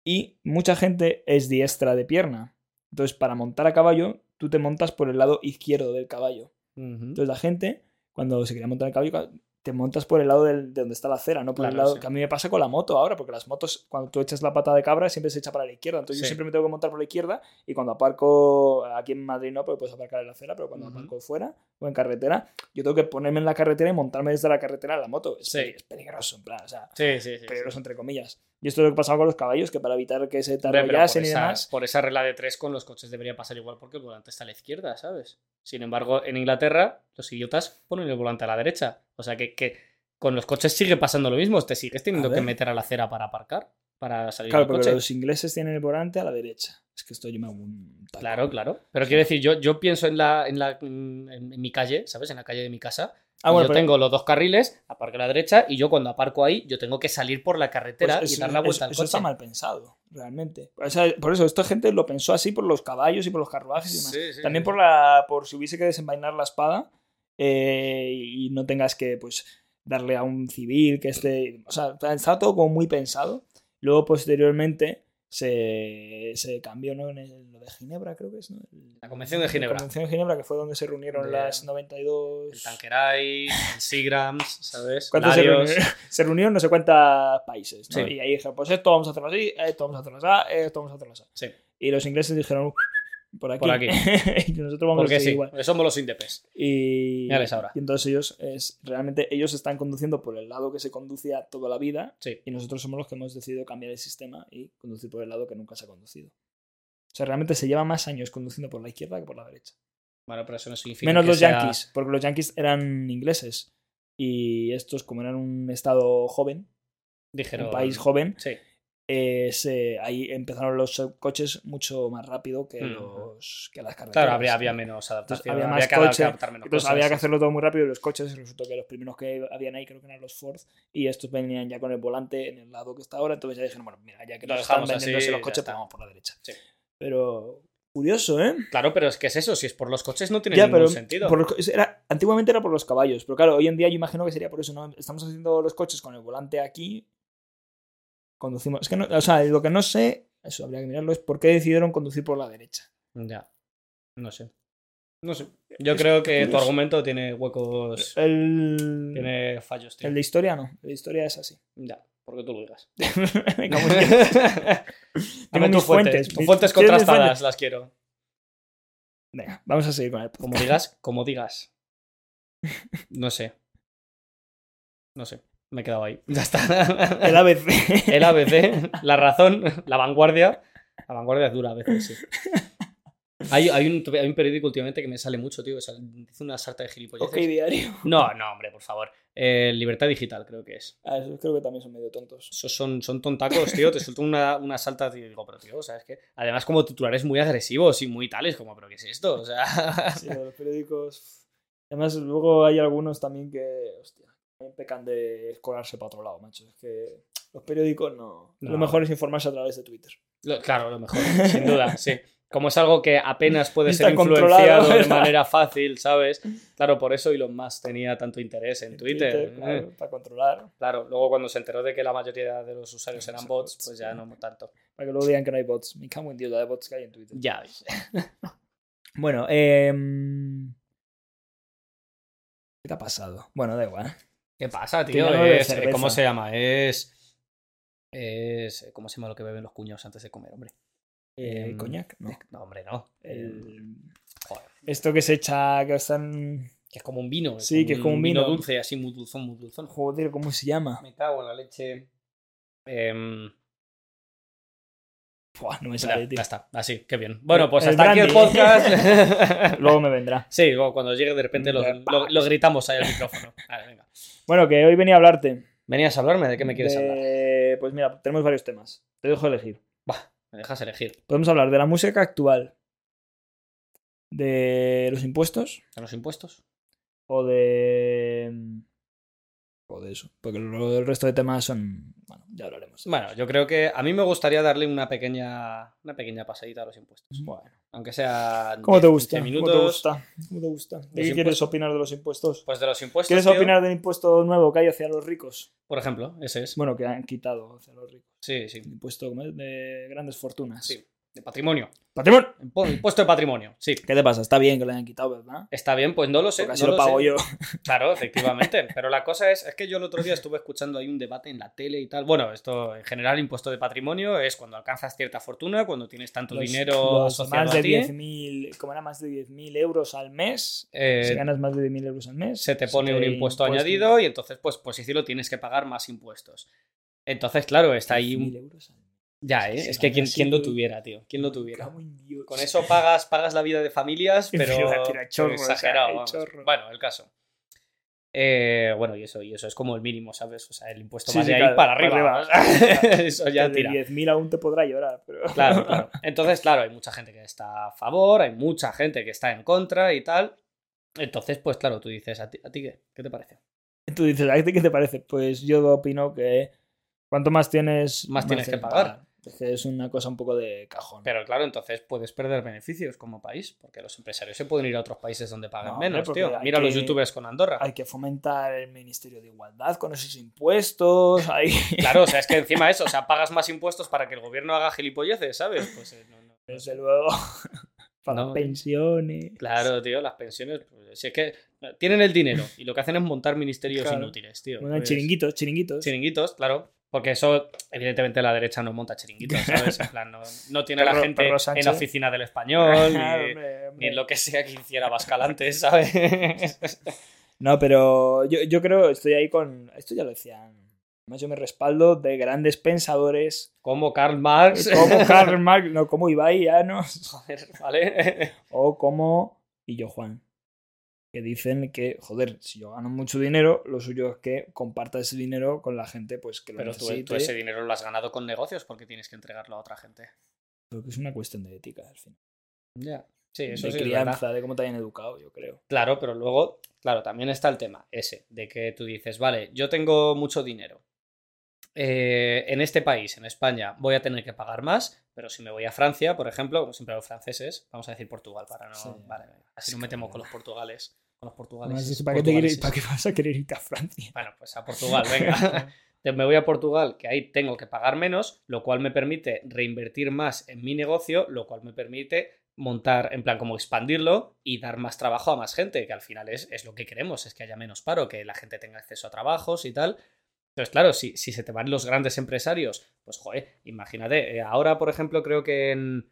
Speaker 1: y mucha gente es diestra de pierna. Entonces, para montar a caballo, tú te montas por el lado izquierdo del caballo. Entonces la gente, cuando se quería montar en el caballo, te montas por el lado del- de donde está la acera, no por el
Speaker 2: Claro,
Speaker 1: lado.
Speaker 2: sí.
Speaker 1: Que a mí me pasa con la moto ahora, porque las motos, cuando tú echas la pata de cabra, siempre se echa para la izquierda. Entonces yo
Speaker 2: Sí.
Speaker 1: siempre me tengo que montar por la izquierda y cuando aparco, aquí en Madrid no, porque puedes aparcar en la acera, pero cuando
Speaker 2: Ujú.
Speaker 1: aparco fuera o en carretera, yo tengo que ponerme en la carretera y montarme desde la carretera en la moto. Es,
Speaker 2: Sí.
Speaker 1: peli- es peligroso, en plan, o sea,
Speaker 2: Sí, sí, sí.
Speaker 1: peligroso entre comillas. Y esto es lo que pasaba con los caballos, que para evitar que se
Speaker 2: Hombre, pero por,
Speaker 1: tardasen y
Speaker 2: esa,
Speaker 1: demás.
Speaker 2: por esa regla de tres con los coches debería pasar igual porque el volante está a la izquierda, ¿sabes? Sin embargo, en Inglaterra los idiotas ponen el volante a la derecha. O sea que, que, Con los coches sigue pasando lo mismo. Te sigues teniendo
Speaker 1: A ver.
Speaker 2: que meter a la acera para aparcar, para salir
Speaker 1: Claro,
Speaker 2: del
Speaker 1: porque
Speaker 2: coche.
Speaker 1: los ingleses tienen el volante a la derecha. Es que esto yo me hago un taco.
Speaker 2: Claro, claro. Pero quiero decir, yo, yo pienso en la, en la en, en mi calle, ¿sabes? En la calle de mi casa.
Speaker 1: Ah,
Speaker 2: y
Speaker 1: bueno,
Speaker 2: yo
Speaker 1: pero-
Speaker 2: tengo los dos carriles, aparco a la derecha, y yo cuando aparco ahí, yo tengo que salir por la
Speaker 1: Pues
Speaker 2: carretera
Speaker 1: eso-
Speaker 2: y dar la
Speaker 1: eso-
Speaker 2: vuelta al
Speaker 1: eso
Speaker 2: coche.
Speaker 1: está mal pensado, realmente. O sea, por eso, esta gente lo pensó así por los caballos y por los carruajes y demás.
Speaker 2: Sí, sí,
Speaker 1: También
Speaker 2: sí.
Speaker 1: por la. por si hubiese que desenvainar la espada eh, y no tengas que, pues, darle a un civil que esté. O sea, estaba todo como muy pensado. Luego, posteriormente, se, se cambió, ¿no? En el- lo de Ginebra, creo que es, ¿no? El-
Speaker 2: La Convención de Ginebra.
Speaker 1: La Convención de Ginebra, que fue donde se reunieron
Speaker 2: De-
Speaker 1: las 92.
Speaker 2: El Tanqueray, el Seagrams, ¿sabes?
Speaker 1: ¿Cuántos se
Speaker 2: Larios.
Speaker 1: reunieron? <laughs> Se reunieron no sé cuántos países. ¿no?
Speaker 2: Sí.
Speaker 1: Y ahí dijeron, pues esto vamos a hacerlo así, esto vamos a hacerlo así, esto vamos a hacerlo así. <laughs>
Speaker 2: Sí,
Speaker 1: Y los ingleses dijeron, por aquí.
Speaker 2: Por aquí.
Speaker 1: <laughs> y nosotros vamos a
Speaker 2: porque
Speaker 1: hacer
Speaker 2: sí,
Speaker 1: igual.
Speaker 2: porque somos los indepes.
Speaker 1: Y,
Speaker 2: Ya ves ahora.
Speaker 1: y entonces ellos, es, realmente ellos están conduciendo por el lado que se conducía toda la vida
Speaker 2: Sí.
Speaker 1: y nosotros somos los que hemos decidido cambiar el sistema y conducir por el lado que nunca se ha conducido. O sea, realmente se lleva más años conduciendo por la izquierda que por la derecha.
Speaker 2: Bueno, pero eso no significa
Speaker 1: Menos
Speaker 2: que
Speaker 1: los
Speaker 2: sea-
Speaker 1: yankees, porque los yankees eran ingleses. Y estos, como eran un estado joven,
Speaker 2: Dijeron-
Speaker 1: un país joven,
Speaker 2: Sí.
Speaker 1: eh, se- ahí empezaron los coches mucho más rápido que,
Speaker 2: Mm.
Speaker 1: los, que las carreteras.
Speaker 2: Claro, habría, había menos adaptación.
Speaker 1: Pues, había
Speaker 2: había
Speaker 1: más
Speaker 2: que
Speaker 1: coche,
Speaker 2: adaptar menos
Speaker 1: Entonces
Speaker 2: cosas.
Speaker 1: había que hacerlo todo muy rápido y los coches, y resultó que los primeros que habían ahí creo que eran los Ford y estos venían ya con el volante en el lado que está ahora, entonces ya dijeron, bueno, mira, ya que
Speaker 2: Lo
Speaker 1: nos están
Speaker 2: dejamos así,
Speaker 1: vendiéndose los
Speaker 2: ya
Speaker 1: coches,
Speaker 2: está.
Speaker 1: pues vamos por la derecha.
Speaker 2: Sí.
Speaker 1: Pero curioso, ¿eh?
Speaker 2: Claro, pero es que es eso. Si es por los coches, no tiene
Speaker 1: Ya,
Speaker 2: ningún
Speaker 1: pero
Speaker 2: sentido.
Speaker 1: por los co- era, antiguamente era por los caballos, pero claro, hoy en día yo imagino que sería por eso, ¿no? Estamos haciendo los coches con el volante aquí. Conducimos. Es que no, o sea, lo que no sé, eso habría que mirarlo, es por qué decidieron conducir por la derecha.
Speaker 2: Ya. No sé. No sé. Yo creo que tu
Speaker 1: curioso.
Speaker 2: argumento tiene huecos.
Speaker 1: El,
Speaker 2: Tiene fallos, tío.
Speaker 1: el de historia no, el de historia es así. <laughs>
Speaker 2: Ya, porque tú lo digas.
Speaker 1: Me cago
Speaker 2: <laughs>
Speaker 1: en Dios.
Speaker 2: Dame
Speaker 1: mis fuentes,
Speaker 2: tus fuentes. Tus
Speaker 1: mis-
Speaker 2: fuentes
Speaker 1: ¿quieres mis
Speaker 2: contrastadas
Speaker 1: fuentes?
Speaker 2: las quiero.
Speaker 1: Venga, vamos a seguir con el podcast.
Speaker 2: Como digas, como digas. No sé. No sé. Me he quedado ahí. Ya está.
Speaker 1: El ABC.
Speaker 2: <laughs> El ABC, la razón, la vanguardia. La vanguardia es dura a veces, sí. Hay, hay un, hay un periódico últimamente que me sale mucho, tío. que sale- dice una sarta de
Speaker 1: <laughs>
Speaker 2: gilipolleces.
Speaker 1: ok, diario.
Speaker 2: No, no, hombre, por favor. Eh, libertad digital, creo que es.
Speaker 1: Ah, esos creo que también son medio tontos.
Speaker 2: Esos son, son tontacos, tío. Te suelto una, una salta y digo, pero tío, o sea, es que. Además, como titulares muy agresivos y muy tales, como, pero ¿qué es esto? O sea.
Speaker 1: Sí, los periódicos. Además, luego hay algunos también que. Hostia, también pecan de escolarse para otro lado, macho. Es que los periódicos no.
Speaker 2: No.
Speaker 1: Lo mejor es informarse a través de Twitter.
Speaker 2: Lo- claro, lo
Speaker 1: <laughs>
Speaker 2: mejor, sin duda, sí. Como es algo que apenas puede
Speaker 1: Está
Speaker 2: ser influenciado
Speaker 1: controlado,
Speaker 2: de
Speaker 1: ¿verdad?
Speaker 2: manera fácil, ¿sabes? Claro, por eso Elon Musk tenía tanto interés en Twitter. eh.
Speaker 1: claro, para controlar.
Speaker 2: Claro, luego cuando se enteró de que la mayoría de los usuarios eran
Speaker 1: Son
Speaker 2: bots,
Speaker 1: bots,
Speaker 2: pues ya
Speaker 1: sí.
Speaker 2: no tanto.
Speaker 1: Para que luego digan que no hay bots. Me cago en Dios, la de bots que hay en Twitter.
Speaker 2: Ya ves.
Speaker 1: <laughs> Bueno, eh. ¿Qué te ha pasado? Bueno, da igual. ¿eh?
Speaker 2: ¿Qué pasa,
Speaker 1: Que
Speaker 2: tío?
Speaker 1: ya no bebe
Speaker 2: Es- eh,
Speaker 1: cerveza.
Speaker 2: ¿Cómo se llama? Es. Es. eh, ¿Cómo se llama lo que beben los cuñados antes de comer, hombre?
Speaker 1: Eh,
Speaker 2: Em,
Speaker 1: ¿Coñac? No.
Speaker 2: No, hombre, no. El-
Speaker 1: El-
Speaker 2: joder.
Speaker 1: Esto que se echa, que están.
Speaker 2: Que es como un vino.
Speaker 1: Sí, que es como un vino.
Speaker 2: dulce, así muy dulzón, muy dulzón.
Speaker 1: Joder, ¿cómo se llama?
Speaker 2: Me cago en la leche. Em,
Speaker 1: Buah, no me
Speaker 2: ya,
Speaker 1: sale,
Speaker 2: ya
Speaker 1: tío.
Speaker 2: está, así, qué bien. Bueno, pues
Speaker 1: el
Speaker 2: hasta aquí el
Speaker 1: brandy. <laughs>
Speaker 2: podcast. <laughs>
Speaker 1: Luego me vendrá.
Speaker 2: sí, luego cuando llegue de repente lo, lo- lo gritamos ahí al micrófono. Vale, venga.
Speaker 1: Bueno, que hoy venía a hablarte.
Speaker 2: ¿Venías a hablarme? ¿De qué me quieres
Speaker 1: De-
Speaker 2: hablar?
Speaker 1: Pues mira, tenemos varios temas. Te dejo elegir.
Speaker 2: Bah, me dejas elegir.
Speaker 1: Podemos hablar de la música actual, de los impuestos
Speaker 2: ¿A los impuestos?
Speaker 1: o de. O de eso. Porque lo- el resto de temas son. Bueno, ya hablaremos.
Speaker 2: Bueno, yo creo que a mí me gustaría darle una pequeña, una pequeña pasadita a los impuestos.
Speaker 1: Bueno.
Speaker 2: Aunque sea.
Speaker 1: ¿Cómo te gusta?
Speaker 2: minutos.
Speaker 1: ¿Cómo te gusta? ¿Cómo te gusta? ¿De qué quieres
Speaker 2: impuestos.
Speaker 1: opinar de los impuestos?
Speaker 2: Pues de los impuestos.
Speaker 1: ¿Quieres
Speaker 2: tío,
Speaker 1: opinar del impuesto nuevo que hay hacia los ricos?
Speaker 2: Por ejemplo, ese es.
Speaker 1: Bueno, que han quitado hacia los ricos.
Speaker 2: Sí, sí.
Speaker 1: El impuesto ¿cómo es? de grandes fortunas.
Speaker 2: Sí. De patrimonio.
Speaker 1: ¡Patrimonio!
Speaker 2: Impo- Impuesto de patrimonio. Sí.
Speaker 1: ¿Qué te pasa? Está bien que lo hayan quitado, ¿verdad?
Speaker 2: Está bien, pues no lo sé.
Speaker 1: Porque así
Speaker 2: no
Speaker 1: lo pago
Speaker 2: sé. <laughs>
Speaker 1: yo.
Speaker 2: Claro, efectivamente. <laughs> Pero la cosa es, es que yo el otro día estuve escuchando ahí un debate en la tele y tal. Bueno, esto en general, impuesto de patrimonio es cuando alcanzas cierta fortuna, cuando tienes tanto
Speaker 1: Los-
Speaker 2: dinero
Speaker 1: los
Speaker 2: asociado
Speaker 1: más
Speaker 2: a
Speaker 1: de
Speaker 2: ti.
Speaker 1: 10.000, como era más de 10.000 euros al mes,
Speaker 2: eh,
Speaker 1: si ganas más de 10.000 euros al mes,
Speaker 2: se te pone un impuesto añadido y entonces, pues, por así decirlo, tienes que pagar más impuestos. Entonces, claro, está ahí. un-
Speaker 1: 10.000 euros al mes.
Speaker 2: Ya, ¿eh?
Speaker 1: Sí,
Speaker 2: Es que
Speaker 1: sí,
Speaker 2: ¿quién,
Speaker 1: sí,
Speaker 2: quién lo
Speaker 1: sí.
Speaker 2: tuviera, tío? ¿Quién lo tuviera?
Speaker 1: Cago en Dios.
Speaker 2: Con eso
Speaker 1: <laughs>
Speaker 2: pagas, pagas la vida de familias, pero.
Speaker 1: Pero tira chorro,
Speaker 2: pero exagerado,
Speaker 1: o sea, el
Speaker 2: vamos.
Speaker 1: chorro.
Speaker 2: Bueno, el caso. Eh, bueno, y eso, y eso es como el mínimo, ¿sabes? O sea, el impuesto
Speaker 1: Sí,
Speaker 2: más
Speaker 1: sí,
Speaker 2: de ahí
Speaker 1: claro,
Speaker 2: para
Speaker 1: para
Speaker 2: arriba.
Speaker 1: arriba.
Speaker 2: <laughs> eso ya
Speaker 1: Desde
Speaker 2: tira.
Speaker 1: 10.000 aún te podrá llorar, pero...
Speaker 2: <laughs> Claro, claro. Entonces, claro, hay mucha gente que está a favor, hay mucha gente que está en contra y tal. Entonces, pues claro, tú dices, ¿a ti, a ti qué? ¿Qué te parece?
Speaker 1: <laughs> Tú dices, ¿a ti qué te parece? Pues yo opino que cuanto más tienes...
Speaker 2: Más tienes que pagar.
Speaker 1: Es que es una cosa un poco de cajón.
Speaker 2: Pero claro, entonces puedes perder beneficios como país, porque los empresarios se pueden ir a otros países donde pagan
Speaker 1: No, hombre,
Speaker 2: menos,
Speaker 1: porque
Speaker 2: tío.
Speaker 1: hay
Speaker 2: Mira a los
Speaker 1: que-
Speaker 2: youtubers con Andorra.
Speaker 1: Hay que fomentar el Ministerio de Igualdad con esos impuestos. Hay...
Speaker 2: <laughs> Claro,
Speaker 1: <laughs>
Speaker 2: o sea, es que encima eso, o sea, pagas más impuestos para que el gobierno haga gilipolleces, ¿sabes? Pues eh, no, no.
Speaker 1: Desde luego. <laughs> Para
Speaker 2: No.
Speaker 1: pensiones.
Speaker 2: Claro, tío, las pensiones, pues, si es que tienen el dinero y lo que hacen es montar ministerios
Speaker 1: Claro.
Speaker 2: inútiles, tío.
Speaker 1: Bueno,
Speaker 2: Pues,
Speaker 1: chiringuitos, chiringuitos. <laughs>
Speaker 2: Chiringuitos, claro. Porque eso, evidentemente, la derecha no
Speaker 1: <laughs>
Speaker 2: monta chiringuitos, ¿sabes? En plan, no, no tiene a la
Speaker 1: Perro-
Speaker 2: gente
Speaker 1: perro
Speaker 2: en
Speaker 1: Sánchez.
Speaker 2: la oficina
Speaker 1: <laughs>
Speaker 2: del español,
Speaker 1: Claro,
Speaker 2: ni,
Speaker 1: Ah, hombre,
Speaker 2: ni
Speaker 1: hombre.
Speaker 2: en lo que sea que hiciera Bascal antes, ¿sabes?
Speaker 1: <laughs> No, pero yo, yo creo, estoy ahí con. Esto ya lo decían. Además, yo me respaldo de grandes
Speaker 2: <laughs>
Speaker 1: pensadores
Speaker 2: Como Karl Marx.
Speaker 1: como Karl Marx, no, como Ibai Llanos,
Speaker 2: <laughs> Joder, ¿vale? <laughs>
Speaker 1: o como y yo Juan. Que dicen que, joder, si yo gano mucho dinero, lo suyo es que comparta ese dinero con la gente pues que lo
Speaker 2: Pero tú,
Speaker 1: necesite.
Speaker 2: tú ese dinero lo has ganado con negocios porque tienes que entregarlo a otra gente.
Speaker 1: Creo que es una cuestión de ética, al final.
Speaker 2: Ya. Sí, eso
Speaker 1: de
Speaker 2: sí es verdad.
Speaker 1: crianza, de cómo te hayan educado, yo creo.
Speaker 2: Claro, pero luego, claro, también está el tema ese, de que tú dices, vale, yo tengo mucho dinero. Eh, en este país, en España, voy a tener que pagar más, pero si me voy a Francia, por ejemplo, como siempre los franceses, vamos a decir Portugal para no.
Speaker 1: Sí.
Speaker 2: Vale, venga, así
Speaker 1: Es
Speaker 2: no
Speaker 1: que
Speaker 2: metemos
Speaker 1: bueno.
Speaker 2: con los portugales. Con los portugales.
Speaker 1: Además, ¿Para qué, te quieres-
Speaker 2: portugaleses.
Speaker 1: ¿Para qué vas a querer irte a Francia?
Speaker 2: Bueno, pues a Portugal,
Speaker 1: <laughs>
Speaker 2: venga. Entonces me voy a Portugal, que ahí tengo que pagar menos, lo cual me permite reinvertir más en mi negocio, lo cual me permite montar, en plan, como expandirlo y dar más trabajo a más gente, que al final es, es lo que queremos, es que haya menos paro, que la gente tenga acceso a trabajos y tal. Entonces, claro, si, si se te van los grandes empresarios, pues joder, imagínate, eh, ahora, por ejemplo, creo que en,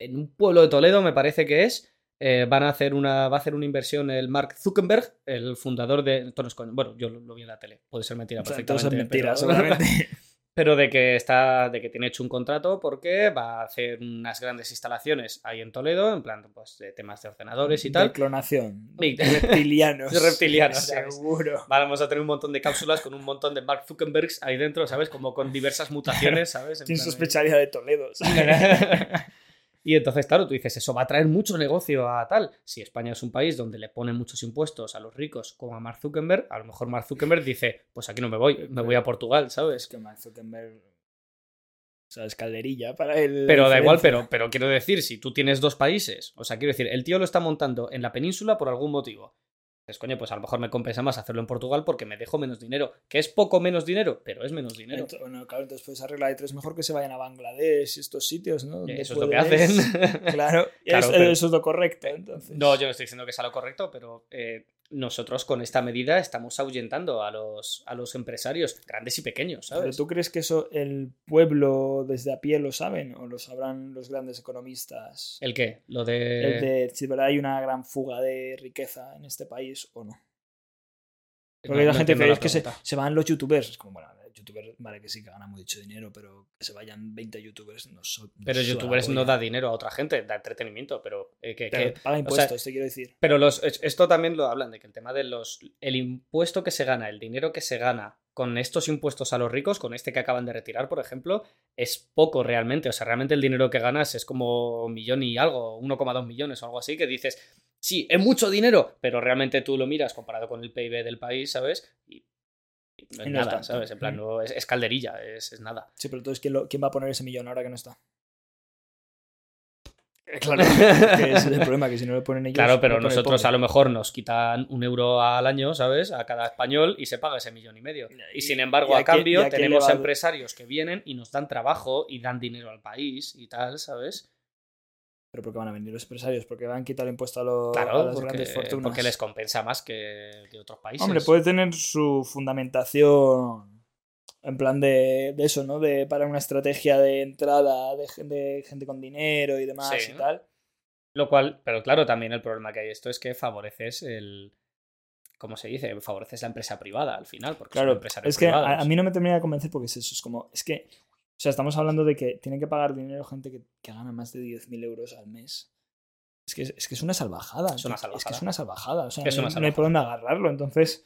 Speaker 2: en un pueblo de Toledo, me parece que es, eh, van a hacer una, va a hacer una inversión el Mark Zuckerberg, el fundador de... esto no es coño, Bueno, yo lo, lo vi en la tele, puede ser mentira
Speaker 1: O sea, todo eso
Speaker 2: perfectamente.
Speaker 1: es mentira,
Speaker 2: pero-
Speaker 1: seguramente. <laughs>
Speaker 2: pero de que está de que tiene hecho un contrato porque va a hacer unas grandes instalaciones ahí en Toledo en plan pues de temas de ordenadores y
Speaker 1: Mm, De
Speaker 2: tal
Speaker 1: clonación.
Speaker 2: Y-
Speaker 1: Reptilianos.
Speaker 2: <laughs> De reptilianos, ¿sabes?
Speaker 1: Seguro.
Speaker 2: vamos a tener un montón de cápsulas con un montón de Mark Zuckerbergs ahí dentro sabes como con diversas mutaciones sabes En
Speaker 1: ¿Quién
Speaker 2: plan, ahí.
Speaker 1: sospecharía de Toledo?
Speaker 2: <laughs> y entonces, claro, tú dices, eso va a traer mucho negocio a tal. Si España es un país donde le ponen muchos impuestos a los ricos como a Mark Zuckerberg, a lo mejor Mark Zuckerberg dice, pues aquí no me voy, me voy a Portugal, ¿sabes?
Speaker 1: Es Pues que Max Zuckerberg. O sea, es calderilla para él.
Speaker 2: Pero da igual, pero, pero quiero decir, si tú tienes dos países, o sea, quiero decir, el tío lo está montando en la península por algún motivo. Dices, coño, pues a lo mejor me compensa más hacerlo en Portugal porque me dejo menos dinero. Que es poco menos dinero, pero es menos dinero. Eh,
Speaker 1: Ento- Bueno, claro, entonces puedes arreglar de tres mejor que se vayan a Bangladesh y estos sitios, ¿no? Donde
Speaker 2: Eso es lo que
Speaker 1: puedes-
Speaker 2: hacen.
Speaker 1: <laughs> Claro, es-
Speaker 2: Claro, pero-
Speaker 1: eso es lo correcto. Entonces.
Speaker 2: <laughs> no, yo no estoy diciendo que sea lo correcto, pero eh, nosotros con esta medida estamos ahuyentando a los, a los empresarios, grandes y pequeños,
Speaker 1: ¿Pero
Speaker 2: ¿sabes?
Speaker 1: tú crees que eso el pueblo desde a pie lo saben o lo sabrán los grandes economistas?
Speaker 2: ¿El qué? Lo
Speaker 1: El
Speaker 2: de...
Speaker 1: de si de verdad hay una gran fuga de riqueza en este país o no.
Speaker 2: No,
Speaker 1: Porque hay
Speaker 2: no
Speaker 1: la gente
Speaker 2: entiendo
Speaker 1: que
Speaker 2: la
Speaker 1: es que se,
Speaker 2: pregunta.
Speaker 1: se van los youtubers. Es como, bueno, youtubers, vale que sí que ganan mucho dinero, pero que se vayan 20 youtubers no son.
Speaker 2: Pero youtubers no da dinero a otra gente, da entretenimiento, pero... eh, que- que-
Speaker 1: Pero paga impuestos, te quiero decir.
Speaker 2: Pero los, es- esto también lo hablan, de que el tema de los. El impuesto que se gana, el dinero que se gana con estos impuestos a los ricos, con este que acaban de retirar, por ejemplo, es poco realmente. O sea, realmente el dinero que ganas es como un millón y algo, 1,2 millones o algo así, que dices, sí, es mucho dinero, pero realmente tú lo miras comparado con el PIB del país, ¿sabes? Y. y no
Speaker 1: Y
Speaker 2: es
Speaker 1: no es
Speaker 2: nada,
Speaker 1: tanto.
Speaker 2: ¿sabes? En plan, no, es, es calderilla, es, es nada.
Speaker 1: Sí, pero entonces, ¿quién, lo- ¿quién va a poner ese millón ahora que no está? Eh, Claro, <laughs> que ese es el problema, que si no lo
Speaker 2: <laughs>
Speaker 1: ponen ellos.
Speaker 2: Claro, pero
Speaker 1: lo pone el
Speaker 2: nosotros a
Speaker 1: pobre.
Speaker 2: lo mejor nos quitan un euro al año, ¿sabes? A cada español y se paga ese millón y medio. Y,
Speaker 1: Y-
Speaker 2: sin embargo,
Speaker 1: y
Speaker 2: a,
Speaker 1: a quién-
Speaker 2: cambio,
Speaker 1: y a quién le
Speaker 2: tenemos
Speaker 1: va
Speaker 2: a
Speaker 1: a-
Speaker 2: empresarios que vienen y nos dan trabajo y dan dinero al país y tal, ¿sabes?
Speaker 1: Pero porque van a venir los empresarios, porque van a quitar el impuesto a, los a
Speaker 2: Claro,
Speaker 1: las
Speaker 2: porque,
Speaker 1: grandes fortunas.
Speaker 2: porque les compensa más que, que otros países.
Speaker 1: Hombre, puede tener su fundamentación en plan de, de eso, ¿no? De, para una estrategia de entrada de, gen- de gente con dinero y demás
Speaker 2: Sí.
Speaker 1: y tal.
Speaker 2: Lo cual, pero claro, también el problema que hay esto es que favoreces el. ¿Cómo se dice? Favoreces la empresa privada al final, porque son
Speaker 1: Claro,
Speaker 2: pues, empresarios
Speaker 1: es que a,
Speaker 2: privados.
Speaker 1: a mí no me termina de convencer porque es eso, es como, es que, o sea, estamos hablando de que tienen que pagar dinero gente que, que gana más de 10.000 euros al mes. Es que, es que es una salvajada.
Speaker 2: Es una
Speaker 1: Es que
Speaker 2: salvajada.
Speaker 1: es una salvajada. O sea,
Speaker 2: Es
Speaker 1: no,
Speaker 2: una
Speaker 1: no hay por dónde agarrarlo. Entonces,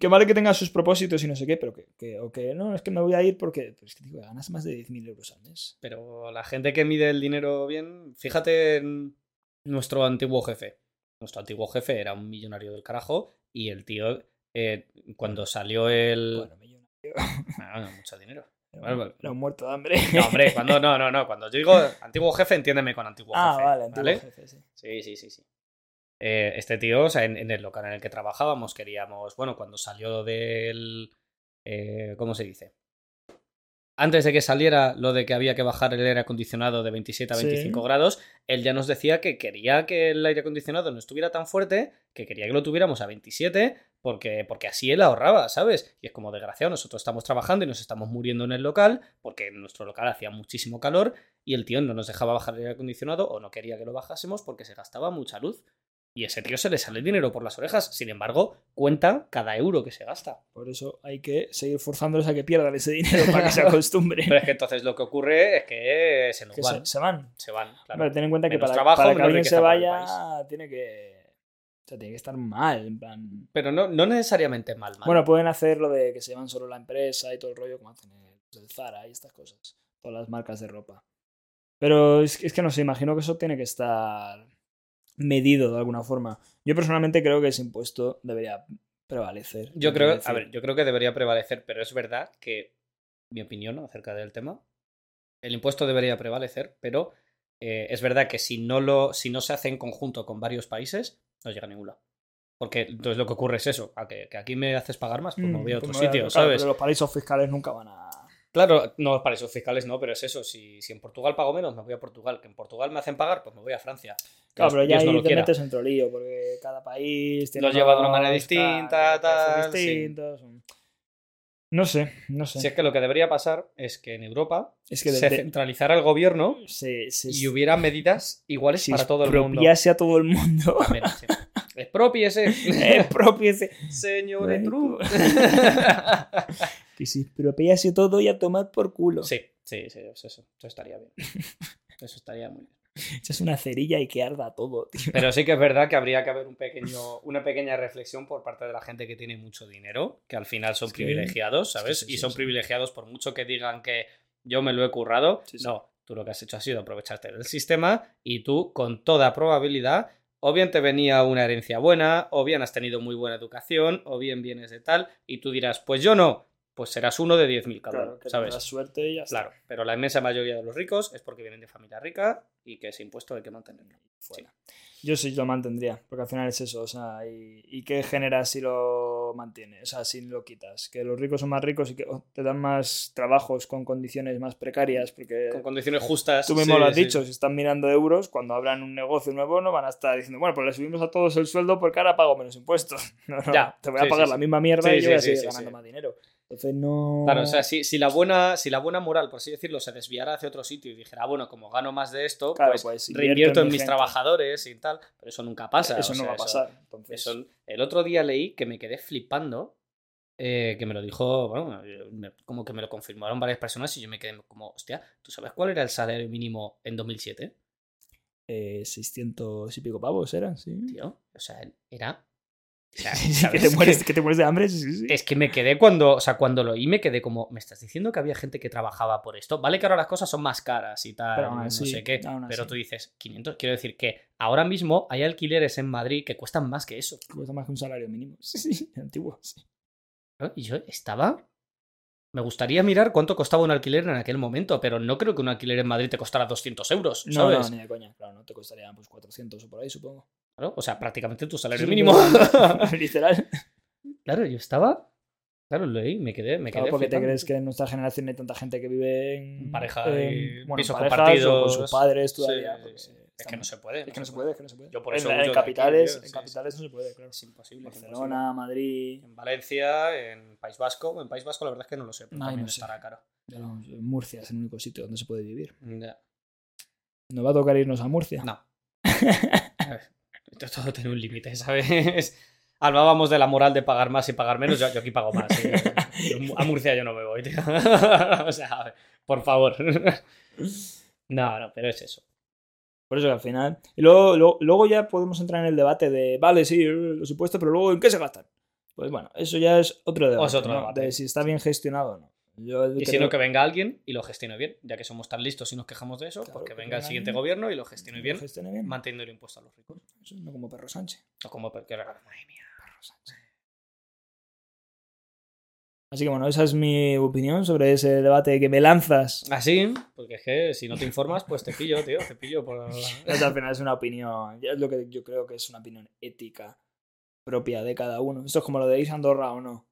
Speaker 1: que vale que tenga sus propósitos y no sé qué, pero que, que- o que no, es que me voy a ir porque pero es que, tío, ganas más de 10.000 euros al mes.
Speaker 2: Pero la gente que mide el dinero bien, fíjate en nuestro antiguo jefe. Nuestro antiguo jefe era un millonario del carajo y el tío, eh, cuando salió el...
Speaker 1: Bueno, millonario.
Speaker 2: Ah, bueno, mucho dinero.
Speaker 1: Era
Speaker 2: Bueno,
Speaker 1: un-
Speaker 2: bueno.
Speaker 1: era un muerto de hambre.
Speaker 2: No,
Speaker 1: <laughs>
Speaker 2: hombre, cuando, no, no, no. Cuando yo digo antiguo jefe, entiéndeme con antiguo
Speaker 1: ah,
Speaker 2: jefe.
Speaker 1: vale, antiguo jefe, sí.
Speaker 2: Sí, sí, sí, sí. Eh, este tío, o sea, en, en el local en el que trabajábamos, queríamos, bueno, cuando salió del... eh, ¿Cómo se dice? Antes de que saliera lo de que había que bajar el aire acondicionado de 27 a
Speaker 1: Sí.
Speaker 2: 25 grados, él ya nos decía que quería que el aire acondicionado no estuviera tan fuerte, que quería que lo tuviéramos a 27, porque, porque así él ahorraba, ¿sabes? Y es como desgraciado, nosotros estamos trabajando y nos estamos muriendo en el local, porque en nuestro local hacía muchísimo calor, y el tío no nos dejaba bajar el aire acondicionado o no quería que lo bajásemos porque se gastaba mucha luz. Y a ese tío se le sale el dinero por las orejas. Sin embargo, cuenta cada euro que
Speaker 1: <laughs>
Speaker 2: se gasta.
Speaker 1: Por eso hay que seguir forzándolos a que pierdan ese dinero para
Speaker 2: <laughs>
Speaker 1: que se acostumbren.
Speaker 2: Pero es que entonces lo que ocurre es que se nos
Speaker 1: que
Speaker 2: van.
Speaker 1: se,
Speaker 2: Se,
Speaker 1: se van.
Speaker 2: van, claro.
Speaker 1: Hombre, ten en cuenta que
Speaker 2: Menos
Speaker 1: para,
Speaker 2: trabajo,
Speaker 1: para que
Speaker 2: menos
Speaker 1: alguien se
Speaker 2: riqueza para el
Speaker 1: vaya, tiene que. O sea, tiene que estar mal. En plan.
Speaker 2: Pero no, no necesariamente mal, mal.
Speaker 1: Bueno, pueden hacer lo de que se llevan solo la empresa y todo el rollo, como hacen el, el Zara y estas cosas. Todas las marcas de ropa. Pero es, que- es que no sé, imagino que eso tiene que estar medido de alguna forma. Yo personalmente creo que ese impuesto debería prevalecer.
Speaker 2: yo
Speaker 1: quiero
Speaker 2: creo, a
Speaker 1: decir.
Speaker 2: ver, yo creo que debería prevalecer, pero es verdad que mi opinión acerca del tema, el impuesto debería prevalecer, pero eh, es verdad que si no lo, si no se hace en conjunto con varios países, no llega a ningún lado. Porque entonces lo que ocurre es eso, a que, que aquí me haces pagar más, pues me
Speaker 1: Mm,
Speaker 2: voy a
Speaker 1: pues me
Speaker 2: otro
Speaker 1: voy
Speaker 2: sitio,
Speaker 1: claro,
Speaker 2: ¿sabes?
Speaker 1: pero los paraísos fiscales nunca van a.
Speaker 2: Claro, no, para esos fiscales no, pero es eso. Si, si en Portugal pago menos, me voy a Portugal. Que en Portugal me hacen pagar, pues me voy a Francia.
Speaker 1: Claro,
Speaker 2: Dios-
Speaker 1: pero ya
Speaker 2: Dios
Speaker 1: ahí
Speaker 2: no lo
Speaker 1: te
Speaker 2: quiera.
Speaker 1: metes en otro lío, porque cada país tiene
Speaker 2: Los lleva de una
Speaker 1: unos
Speaker 2: manera
Speaker 1: precios
Speaker 2: distinta, tal, sí.
Speaker 1: distintos. mm. No sé, no sé.
Speaker 2: Si es que lo que debería pasar es que en Europa
Speaker 1: es que de-
Speaker 2: se
Speaker 1: de-
Speaker 2: centralizara el gobierno
Speaker 1: se, se-
Speaker 2: y hubiera medidas iguales
Speaker 1: se
Speaker 2: para todo el mundo.
Speaker 1: expropiase a todo el mundo. <laughs>
Speaker 2: También, sí. <laughs> Expropiese,
Speaker 1: Eh, Expropiese.
Speaker 2: señor
Speaker 1: Bueno.
Speaker 2: Trump.
Speaker 1: que se expropiase todo y a tomar por culo.
Speaker 2: <laughs> sí, sí, sí, eso, eso, eso estaría bien. Eso estaría muy bien.
Speaker 1: Es una cerilla y que arda todo, tío. <laughs>
Speaker 2: Pero sí que es verdad que habría que haber un pequeño, una pequeña reflexión por parte de la gente que tiene mucho dinero, que al final son
Speaker 1: Es que-
Speaker 2: privilegiados,
Speaker 1: es que
Speaker 2: ¿sabes?
Speaker 1: sí,
Speaker 2: y
Speaker 1: sí,
Speaker 2: son
Speaker 1: sí.
Speaker 2: privilegiados por mucho que digan que yo me lo he currado.
Speaker 1: Sí, sí.
Speaker 2: No, tú lo que has hecho ha sido aprovecharte del sistema y tú, con toda probabilidad, o bien te venía una herencia buena, o bien has tenido muy buena educación, o bien vienes de tal, y tú dirás, pues yo no, pues serás uno de 10.000, cabrón, ¿sabes?
Speaker 1: suerte y ya está.
Speaker 2: Claro, pero la inmensa mayoría de los ricos es porque vienen de familia rica y que ese impuesto hay que mantenerlo.
Speaker 1: Fuera. Yo sí lo mantendría, porque al final es eso, o sea, y, y qué generas si lo mantienes, o sea, si lo quitas, que los ricos son más ricos y que oh, te dan más trabajos con condiciones más precarias, porque
Speaker 2: Con condiciones justas.
Speaker 1: tú mismo
Speaker 2: sí,
Speaker 1: lo has
Speaker 2: sí.
Speaker 1: dicho, si están mirando euros, cuando abran un negocio nuevo no van a estar diciendo, bueno, pues le subimos a todos el sueldo porque ahora pago menos impuestos. <laughs> No, no,
Speaker 2: Ya,
Speaker 1: te voy a
Speaker 2: sí,
Speaker 1: pagar
Speaker 2: sí,
Speaker 1: la
Speaker 2: sí.
Speaker 1: misma mierda
Speaker 2: Sí,
Speaker 1: y yo
Speaker 2: sí,
Speaker 1: voy a
Speaker 2: sí,
Speaker 1: seguir
Speaker 2: sí,
Speaker 1: ganando
Speaker 2: sí.
Speaker 1: más dinero. Entonces no...
Speaker 2: Claro, o sea, si, si la buena, si la buena moral, por así decirlo, se desviara hacia otro sitio y dijera, ah, bueno, como gano más de esto,
Speaker 1: Claro,
Speaker 2: pues,
Speaker 1: pues, invierto
Speaker 2: reinvierto
Speaker 1: en
Speaker 2: en
Speaker 1: mi
Speaker 2: mis
Speaker 1: gente.
Speaker 2: trabajadores y tal, pero eso nunca pasa.
Speaker 1: eso
Speaker 2: o
Speaker 1: no
Speaker 2: sea,
Speaker 1: va a pasar. entonces,
Speaker 2: eso- el otro día leí que me quedé flipando, eh, que me lo dijo, bueno, eh, me- como que me lo confirmaron varias personas y yo me quedé como, hostia, ¿tú sabes cuál era el salario mínimo en 2007?
Speaker 1: eh, 600 y pico pavos eran, sí.
Speaker 2: Tío, o sea, era... o
Speaker 1: <laughs>
Speaker 2: sea,
Speaker 1: Sí, sí, que,
Speaker 2: ¿sabes?
Speaker 1: te mueres, que te mueres de hambre, sí, sí, sí.
Speaker 2: Es que me quedé cuando, o sea, cuando lo oí, me quedé como, me estás diciendo que había gente que trabajaba por esto. Vale que ahora las cosas son más caras y tal,
Speaker 1: Pero aún
Speaker 2: no
Speaker 1: así,
Speaker 2: sé qué.
Speaker 1: aún
Speaker 2: Pero
Speaker 1: así.
Speaker 2: tú dices, 500, quiero decir que ahora mismo hay alquileres en Madrid que cuestan más que eso.
Speaker 1: Que cuesta más que un salario mínimo. <laughs> Sí, sí, antiguo. sí.
Speaker 2: ¿no? Y yo estaba... Me gustaría mirar cuánto costaba un alquiler en aquel momento, pero no creo que un alquiler en Madrid te costara 200 euros,
Speaker 1: No,
Speaker 2: ¿sabes?
Speaker 1: no, ni de coña. Claro, no te costaría pues 400 o por ahí, supongo.
Speaker 2: Claro, O sea, prácticamente tu
Speaker 1: Sí,
Speaker 2: salario mínimo.
Speaker 1: <laughs> Literal.
Speaker 2: <laughs> claro, yo estaba... Claro, lo leí, me quedé, me
Speaker 1: Claro,
Speaker 2: quedé
Speaker 1: porque te
Speaker 2: flipando.
Speaker 1: crees que en nuestra generación hay tanta gente que vive en
Speaker 2: En pareja y
Speaker 1: en- bueno, en parejas
Speaker 2: pisos
Speaker 1: o
Speaker 2: compartidos.
Speaker 1: con sus padres
Speaker 2: Sí,
Speaker 1: todavía.
Speaker 2: sí,
Speaker 1: porque
Speaker 2: sí. Es
Speaker 1: están-
Speaker 2: que no se puede.
Speaker 1: Es que no se puede, es que no se puede.
Speaker 2: Yo por
Speaker 1: En-
Speaker 2: eso
Speaker 1: en,
Speaker 2: huyo de aquí,
Speaker 1: capitales,
Speaker 2: tío,
Speaker 1: en
Speaker 2: sí,
Speaker 1: capitales no se puede, claro.
Speaker 2: Es imposible. es imposible.
Speaker 1: Barcelona, Madrid,
Speaker 2: En Valencia, en País Vasco. En País Vasco la verdad es que no lo sé, pero
Speaker 1: Ay,
Speaker 2: también
Speaker 1: no sé.
Speaker 2: estará caro.
Speaker 1: no, Murcia es el único sitio donde se puede vivir. Nos va a tocar irnos a Murcia. <laughs>
Speaker 2: No. A ver, esto todo tiene un límite, ¿sabes? <laughs> Hablábamos de la moral de pagar más y pagar menos. Yo, yo aquí pago más. ¿eh? Yo a Murcia yo no me voy, tío. <laughs> O sea, a ver, por favor. No, no, pero es eso.
Speaker 1: Por eso que al final. Y luego, luego, luego ya podemos entrar en el debate de, vale, sí, eh, los impuestos, pero luego, ¿en qué se gastan? Pues bueno, eso ya es otro debate.
Speaker 2: Es otro
Speaker 1: ¿no?
Speaker 2: debate.
Speaker 1: De si está bien gestionado o no. Yo
Speaker 2: Y
Speaker 1: creo-
Speaker 2: sino que venga alguien y lo gestione bien, ya que somos tan listos y nos quejamos de eso,
Speaker 1: Claro,
Speaker 2: porque
Speaker 1: que
Speaker 2: venga el
Speaker 1: venga
Speaker 2: siguiente
Speaker 1: alguien
Speaker 2: gobierno y lo gestione bien,
Speaker 1: Lo gestione bien.
Speaker 2: manteniendo el impuesto a los ricos.
Speaker 1: Eso, no como perro Sánchez.
Speaker 2: No como porque, madre mía.
Speaker 1: Perro Sánchez. Así que bueno, esa es mi opinión sobre ese debate que me lanzas.
Speaker 2: Así, porque es que si no te informas, pues te pillo, tío, te pillo por...
Speaker 1: O sea, al final es una opinión. ya Es lo que yo creo que es una opinión ética propia de cada uno. Esto es como lo de ir a Andorra o no.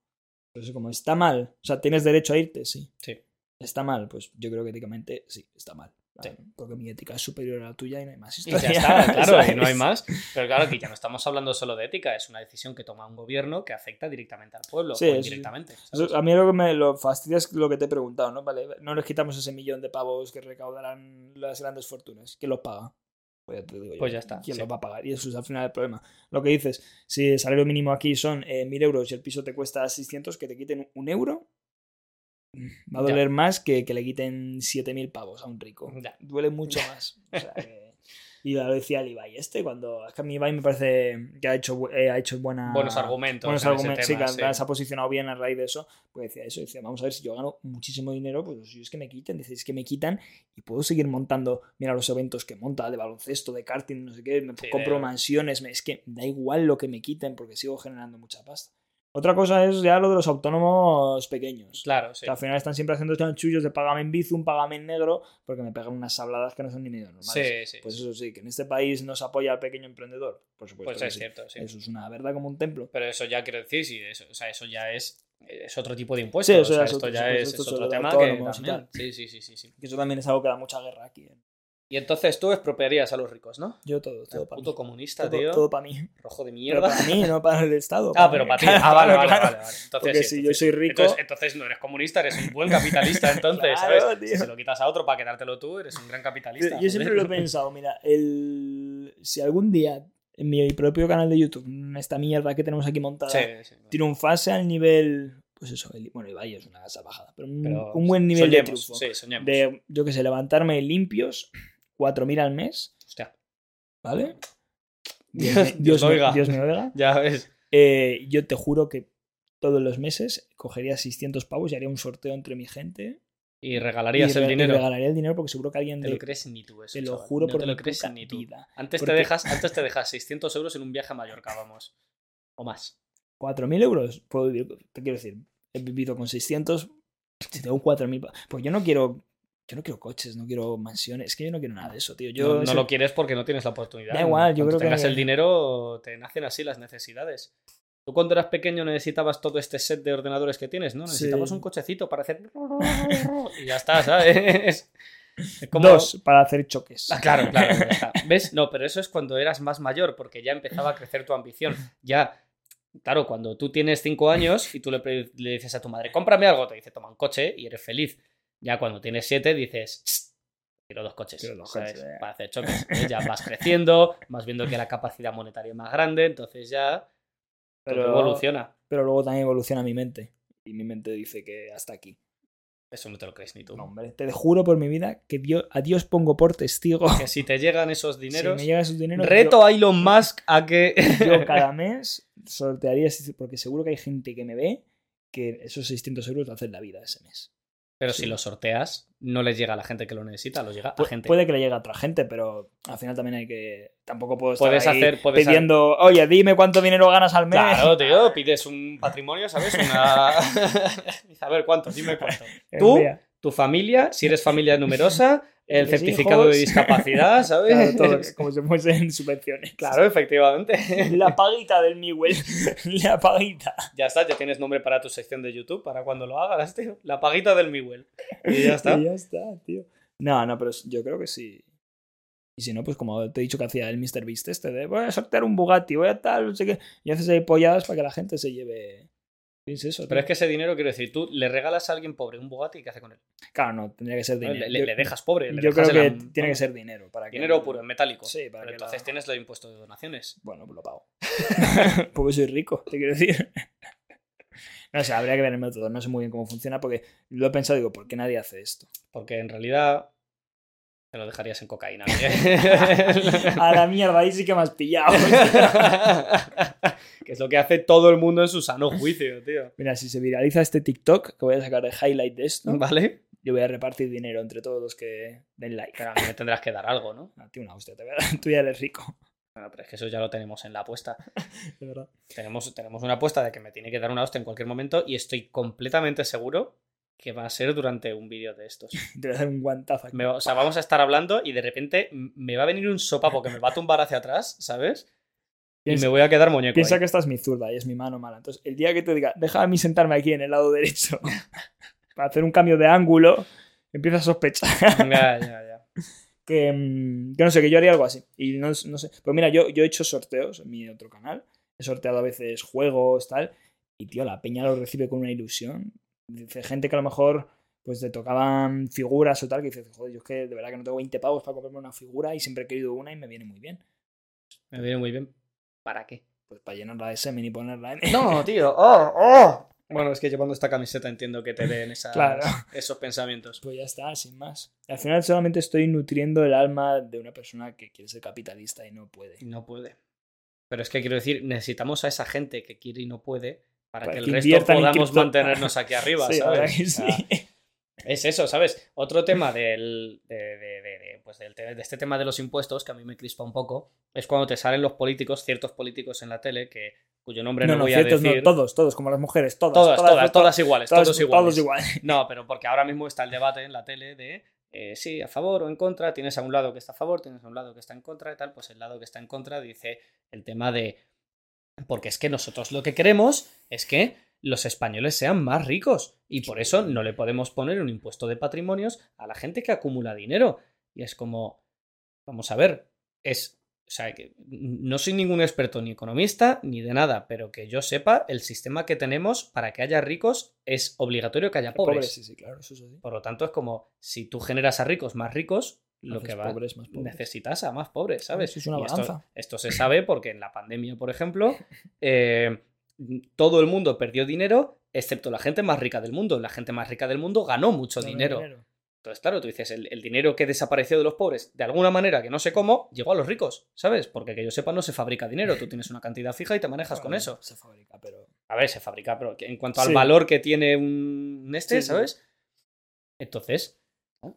Speaker 1: Pero es como, está mal. O sea, tienes derecho a irte, sí.
Speaker 2: Sí.
Speaker 1: Está mal. Pues yo creo que éticamente sí, está mal.
Speaker 2: Sí.
Speaker 1: Porque mi ética es superior a la tuya y no hay más
Speaker 2: Y ya
Speaker 1: historia. <laughs>
Speaker 2: está, claro,
Speaker 1: ¿sabes?
Speaker 2: y no hay más. Pero claro, aquí ya no estamos hablando solo de ética, es una decisión que toma un gobierno que afecta directamente al pueblo,
Speaker 1: Sí,
Speaker 2: o
Speaker 1: sí, sí.
Speaker 2: indirectamente. ¿sabes?
Speaker 1: Eso- A mí lo que me lo fastidia es lo que te he preguntado, ¿no? Vale, no les quitamos ese millón de pavos que recaudarán las grandes fortunas. ¿Quién los paga? Pues ya te digo yo.
Speaker 2: Pues ya está,
Speaker 1: ¿Quién
Speaker 2: sí.
Speaker 1: los va a pagar? Y eso es al final el problema. Lo que dices, si el salario mínimo aquí son eh, 1.000 euros y el piso te cuesta 600, que te quiten un euro, mm, va a
Speaker 2: Ya.
Speaker 1: doler más que que le quiten 7.000 pavos a un rico.
Speaker 2: Ya.
Speaker 1: Duele mucho más. O sea
Speaker 2: <laughs>
Speaker 1: que- Y lo decía el Ibai este, cuando... Es que a mí Ibai me parece que ha hecho, bu- eh, ha hecho buena...
Speaker 2: Ah, Buenos argumentos.
Speaker 1: Bueno, es
Speaker 2: en
Speaker 1: algo
Speaker 2: ese
Speaker 1: me- sí,
Speaker 2: tema,
Speaker 1: que
Speaker 2: sí.
Speaker 1: András se ha posicionado bien a raíz de eso. Pues decía eso, decía, vamos a ver si yo gano muchísimo dinero, pues si es que me quiten, dice, es que me quitan y puedo seguir montando, mira los eventos que monta, de baloncesto, de karting, no sé qué, me
Speaker 2: Sí,
Speaker 1: compro
Speaker 2: de-
Speaker 1: mansiones, me- es que da igual lo que me quiten porque sigo generando mucha pasta. Otra cosa es ya lo de los autónomos pequeños.
Speaker 2: Claro, sí.
Speaker 1: Que al final están siempre haciendo chanchullos de págame en bizum, págame en negro, porque me pegan unas sabladas que no son ni medio normales.
Speaker 2: Sí, sí.
Speaker 1: Pues eso sí, que en este país no se apoya al pequeño emprendedor. Por supuesto.
Speaker 2: Pues
Speaker 1: que
Speaker 2: es
Speaker 1: sí.
Speaker 2: cierto, sí.
Speaker 1: Eso es una verdad como un templo.
Speaker 2: Pero eso ya quiero decir, sí, eso, o sea, eso ya es, es otro tipo de impuestos.
Speaker 1: Sí, eso
Speaker 2: o sea,
Speaker 1: ya es
Speaker 2: esto
Speaker 1: otro
Speaker 2: ya
Speaker 1: tipo,
Speaker 2: es,
Speaker 1: esto es
Speaker 2: es otro
Speaker 1: lo de
Speaker 2: tema que
Speaker 1: autónomos y
Speaker 2: también-
Speaker 1: tal.
Speaker 2: Sí, sí, sí, sí, sí.
Speaker 1: Que eso también es algo que da mucha guerra aquí. ¿eh?
Speaker 2: Y entonces tú expropiarías a los ricos, ¿no?
Speaker 1: Yo todo, todo para
Speaker 2: Puto
Speaker 1: mí.
Speaker 2: Ah, comunista,
Speaker 1: Todo,
Speaker 2: tío.
Speaker 1: para
Speaker 2: <laughs>
Speaker 1: mí.
Speaker 2: Rojo de
Speaker 1: Pero
Speaker 2: mierda.
Speaker 1: para mí, no para el
Speaker 2: <laughs>
Speaker 1: Estado.
Speaker 2: Ah,
Speaker 1: <laughs>
Speaker 2: pero para ti. Ah, vale,
Speaker 1: Claro,
Speaker 2: vale,
Speaker 1: claro.
Speaker 2: vale, vale. Entonces,
Speaker 1: Porque
Speaker 2: sí,
Speaker 1: si yo
Speaker 2: entonces-
Speaker 1: soy rico-
Speaker 2: Entonces, entonces no eres comunista, eres un
Speaker 1: <laughs>
Speaker 2: buen capitalista, entonces,
Speaker 1: Claro,
Speaker 2: ¿sabes?
Speaker 1: tío.
Speaker 2: Si se lo quitas a otro para quedártelo tú, eres un gran
Speaker 1: Yo,
Speaker 2: capitalista.
Speaker 1: yo siempre lo he
Speaker 2: <laughs>
Speaker 1: pensado, mira, el... si algún día en mi propio canal de YouTube, en esta mierda que tenemos aquí montada,
Speaker 2: Sí, sí.
Speaker 1: triunfase al nivel. Pues eso, el- bueno, Ibai es una casa bajada, pero un,
Speaker 2: Pero
Speaker 1: un buen nivel de
Speaker 2: soñemos,
Speaker 1: triunfo.
Speaker 2: Sí, soñemos.
Speaker 1: De, yo qué sé, levantarme limpios, 4.000 al mes,
Speaker 2: Hostia. <laughs>
Speaker 1: ¿vale?
Speaker 2: Dios-
Speaker 1: me-
Speaker 2: Dios
Speaker 1: Dios, me-
Speaker 2: oiga.
Speaker 1: Dios me oiga.
Speaker 2: Ya ves.
Speaker 1: Eh, yo te juro que todos los meses cogería 600 pavos y haría un sorteo entre mi gente.
Speaker 2: Y regalarías
Speaker 1: y
Speaker 2: el
Speaker 1: re- y
Speaker 2: dinero.
Speaker 1: regalaría el dinero porque seguro que alguien
Speaker 2: Te lo
Speaker 1: de-
Speaker 2: crees ni tú eso.
Speaker 1: te lo
Speaker 2: chaval.
Speaker 1: juro
Speaker 2: No
Speaker 1: por
Speaker 2: te
Speaker 1: mi
Speaker 2: lo crees
Speaker 1: puta
Speaker 2: ni tú.
Speaker 1: vida.
Speaker 2: Antes,
Speaker 1: Porque-
Speaker 2: te dejas, antes te dejas 600 euros en un viaje a Mallorca, vamos. O más.
Speaker 1: 4.000 euros puedo vivir. con- Te quiero decir, he vivido con 600. Si tengo 4.000. pa- Pues yo no quiero. Yo no quiero coches, no quiero mansiones. Es que yo no quiero nada de eso, tío. Yo
Speaker 2: no no
Speaker 1: eso-
Speaker 2: lo quieres porque no tienes la oportunidad.
Speaker 1: Da igual, yo creo
Speaker 2: Cuando
Speaker 1: que-
Speaker 2: tengas el dinero, te nacen así las necesidades. Tú cuando eras pequeño necesitabas todo este set de ordenadores que tienes, ¿no? Necesitabas
Speaker 1: Sí.
Speaker 2: un cochecito para hacer... <laughs> y ya
Speaker 1: <laughs>
Speaker 2: está, ¿sabes? Es como-
Speaker 1: Dos, para hacer
Speaker 2: <laughs>
Speaker 1: choques.
Speaker 2: Ah, claro, claro. ya
Speaker 1: <laughs>
Speaker 2: está. ¿Ves? No, pero eso es cuando eras más mayor, porque ya empezaba a crecer tu ambición. Ya, claro, cuando tú tienes cinco años y tú le, pre- le dices a tu madre, cómprame algo, te dice, toma un coche y eres feliz. Ya cuando tienes siete dices, "Tss, quiero dos coches,
Speaker 1: Quiero dos
Speaker 2: ¿sabes?
Speaker 1: coches, eh.
Speaker 2: para hacer choques. ¿ves? Ya vas creciendo, vas viendo que la capacidad monetaria es más grande, entonces ya todo
Speaker 1: Pero-
Speaker 2: evoluciona.
Speaker 1: Pero luego también evoluciona mi mente. Y mi mente dice que hasta aquí.
Speaker 2: Eso no te lo crees ni tú.
Speaker 1: No, hombre, te juro por mi vida que Dios, a Dios pongo por testigo.
Speaker 2: Que si te llegan esos dineros,
Speaker 1: si me llega esos dineros.
Speaker 2: reto a Elon Musk a que...
Speaker 1: yo-
Speaker 2: <laughs>
Speaker 1: yo cada mes sortearía, porque seguro que hay gente que me ve que esos 600 euros lo hacen la vida ese mes.
Speaker 2: Pero
Speaker 1: Sí.
Speaker 2: si lo sorteas, no les llega a la gente que lo necesita, lo llega a
Speaker 1: Pu-
Speaker 2: gente.
Speaker 1: Puede que le llegue a otra gente, pero al final también hay que. Tampoco puedo estar
Speaker 2: Puedes
Speaker 1: ahí
Speaker 2: hacer- puedes
Speaker 1: pidiendo, oye, dime cuánto dinero ganas al mes. <laughs>
Speaker 2: Claro, tío, pides un patrimonio, ¿sabes? Una... <laughs> a ver, ¿cuánto? Dime cuánto.
Speaker 1: Eh,
Speaker 2: Tú,
Speaker 1: mira,
Speaker 2: tu familia, si eres familia numerosa,
Speaker 1: <laughs>
Speaker 2: el
Speaker 1: Los
Speaker 2: certificado
Speaker 1: hijos.
Speaker 2: de
Speaker 1: <laughs>
Speaker 2: discapacidad,
Speaker 1: claro,
Speaker 2: ¿sabes? <laughs>
Speaker 1: todo, como si fuesen subvenciones.
Speaker 2: Claro, efectivamente.
Speaker 1: La paguita del Miguel. <laughs> La paguita.
Speaker 2: Ya está, ya tienes nombre para tu sección de YouTube, para cuando lo hagas, tío. La paguita del Miguel. Y ya
Speaker 1: <laughs>
Speaker 2: está.
Speaker 1: Y ya está, tío. No, no, pero yo creo que sí. Y si no, pues como te he dicho que hacía el Mr. Beast este de voy a sortear un Bugatti, voy a tal, no sé qué. Y haces ahí polladas para que la gente se lleve. ¿Qué es eso?
Speaker 2: Pero
Speaker 1: tío?
Speaker 2: es que ese dinero, quiero decir, tú le regalas a alguien pobre un Bugatti y ¿qué hace con él?
Speaker 1: Claro, no, tendría que ser
Speaker 2: ¿No?
Speaker 1: dinero.
Speaker 2: Le,
Speaker 1: Yo-
Speaker 2: le- le dejas pobre. le
Speaker 1: Yo creo
Speaker 2: dejas
Speaker 1: que
Speaker 2: en la-
Speaker 1: tiene que ser dinero. Para que-
Speaker 2: Dinero puro, en metálico.
Speaker 1: Sí, para
Speaker 2: Pero
Speaker 1: que
Speaker 2: entonces
Speaker 1: la-
Speaker 2: tienes los impuestos de donaciones.
Speaker 1: Bueno, pues lo pago. <laughs> porque soy rico, te quiero decir. <laughs> No sé, habría que ver el método. No sé muy bien cómo funciona porque lo he pensado y digo, ¿por qué nadie hace esto?
Speaker 2: Porque en realidad Te lo dejarías en
Speaker 1: <laughs>
Speaker 2: cocaína.
Speaker 1: <laughs> A la mierda, ahí sí que me has pillado. <laughs>
Speaker 2: que es lo que hace todo el mundo en su sano
Speaker 1: <laughs>
Speaker 2: juicio, tío.
Speaker 1: Mira, si se viraliza este TikTok, que voy a sacar de highlight de esto,
Speaker 2: ¿Vale?
Speaker 1: yo voy a repartir dinero entre todos los que den like.
Speaker 2: Pero a mí me tendrás que dar algo, ¿no?
Speaker 1: A ti una hostia, te voy a- <laughs> tú ya eres rico,
Speaker 2: Bueno, pero es que eso ya lo tenemos en la apuesta.
Speaker 1: de verdad.
Speaker 2: Tenemos, tenemos una apuesta de que me tiene que dar una hostia en cualquier momento y estoy completamente seguro que va a ser durante un vídeo de estos.
Speaker 1: Te voy a dar un guantazo aquí.
Speaker 2: Me va- o sea, vamos a estar hablando y de repente m- me va a venir un sopapo que me va a tumbar hacia atrás, ¿sabes? Y
Speaker 1: Piensa-
Speaker 2: me voy a quedar muñeco.
Speaker 1: Piensa
Speaker 2: ahí.
Speaker 1: que esta es mi zurda y es mi mano mala. Entonces, el día que te diga, déjame a mí sentarme aquí en el lado derecho <laughs> para hacer un cambio de ángulo, empieza a sospechar
Speaker 2: Ya, ya, ya.
Speaker 1: que, mm, que no sé, que yo haría algo así. Y no, es- no sé. Pues mira, yo, yo he hecho sorteos en mi otro canal. He sorteado a veces juegos, tal. Y tío, la peña lo recibe con una ilusión. Dice gente que a lo mejor pues te tocaban figuras o tal, que dices, joder, yo es que de verdad que no tengo 20 pavos para comprarme una figura y siempre he querido una y me viene muy bien.
Speaker 2: Me viene muy bien. ¿Para qué?
Speaker 1: Pues para llenarla de semen y ponerla en... <laughs>
Speaker 2: No, tío. Oh, oh. Bueno, es que llevando esta camiseta entiendo que te den esas-
Speaker 1: Claro.
Speaker 2: esos pensamientos.
Speaker 1: <laughs> Pues ya está, sin más. Al final solamente estoy nutriendo el alma de una persona que quiere ser capitalista y no puede.
Speaker 2: Y no puede. Pero es que quiero decir, necesitamos a esa gente que quiere y no puede para,
Speaker 1: Para
Speaker 2: que el
Speaker 1: que
Speaker 2: resto
Speaker 1: inviertan en
Speaker 2: podamos
Speaker 1: cripto. <laughs>
Speaker 2: mantenernos aquí arriba,
Speaker 1: Sí, la verdad
Speaker 2: ¿sabes?
Speaker 1: que
Speaker 2: O sea,
Speaker 1: sí.
Speaker 2: Es eso, ¿sabes? Otro tema del, de, de- de- de- pues del te- de este tema de los impuestos, que a mí me crispa un poco, es cuando te salen los políticos, ciertos políticos en la tele, que cuyo nombre no,
Speaker 1: no, no,
Speaker 2: voy
Speaker 1: ciertos
Speaker 2: a
Speaker 1: no,
Speaker 2: decir.
Speaker 1: todos, todos, como las mujeres, todas.
Speaker 2: todas, todas, todas iguales,
Speaker 1: todas-
Speaker 2: todos iguales.
Speaker 1: todos iguales.
Speaker 2: No, pero porque ahora mismo está el debate en la tele de eh, sí, a favor o en contra, tienes a un lado que está a favor, tienes a un lado que está en contra y tal, pues el lado que está en contra dice el tema de... Porque es que nosotros lo que queremos es que los españoles sean más ricos y por eso no le podemos poner un impuesto de patrimonios a la gente que acumula dinero. Y es como, vamos a ver, es... O sea, que no soy ningún experto ni economista ni de nada, pero que yo sepa, el sistema que tenemos para que haya ricos es obligatorio que haya
Speaker 1: Pobres.
Speaker 2: pobres.
Speaker 1: sí, sí, claro, eso es así.
Speaker 2: Por lo tanto, es como si tú generas a ricos más ricos, lo
Speaker 1: Haces
Speaker 2: que va.
Speaker 1: Pobres, más pobres.
Speaker 2: Necesitas a más pobres, ¿sabes?
Speaker 1: Eso es una
Speaker 2: Y esto-
Speaker 1: balanza.
Speaker 2: Esto, se sabe porque en la pandemia, por
Speaker 1: <laughs>
Speaker 2: ejemplo, eh, todo el mundo perdió dinero, excepto la gente más rica del mundo. La gente más rica del mundo ganó mucho
Speaker 1: No, no,
Speaker 2: dinero. Entonces, claro, tú dices, el, el dinero que desapareció de los pobres, de alguna manera que no sé cómo, llegó a los ricos, ¿sabes? Porque que yo sepa, no se fabrica dinero. Tú tienes una cantidad fija y te manejas con
Speaker 1: Bueno,
Speaker 2: eso.
Speaker 1: Se fabrica, pero.
Speaker 2: A ver, se fabrica, pero que en cuanto al
Speaker 1: Sí.
Speaker 2: valor que tiene un un este,
Speaker 1: Sí, sí.
Speaker 2: ¿sabes? Entonces, ¿no?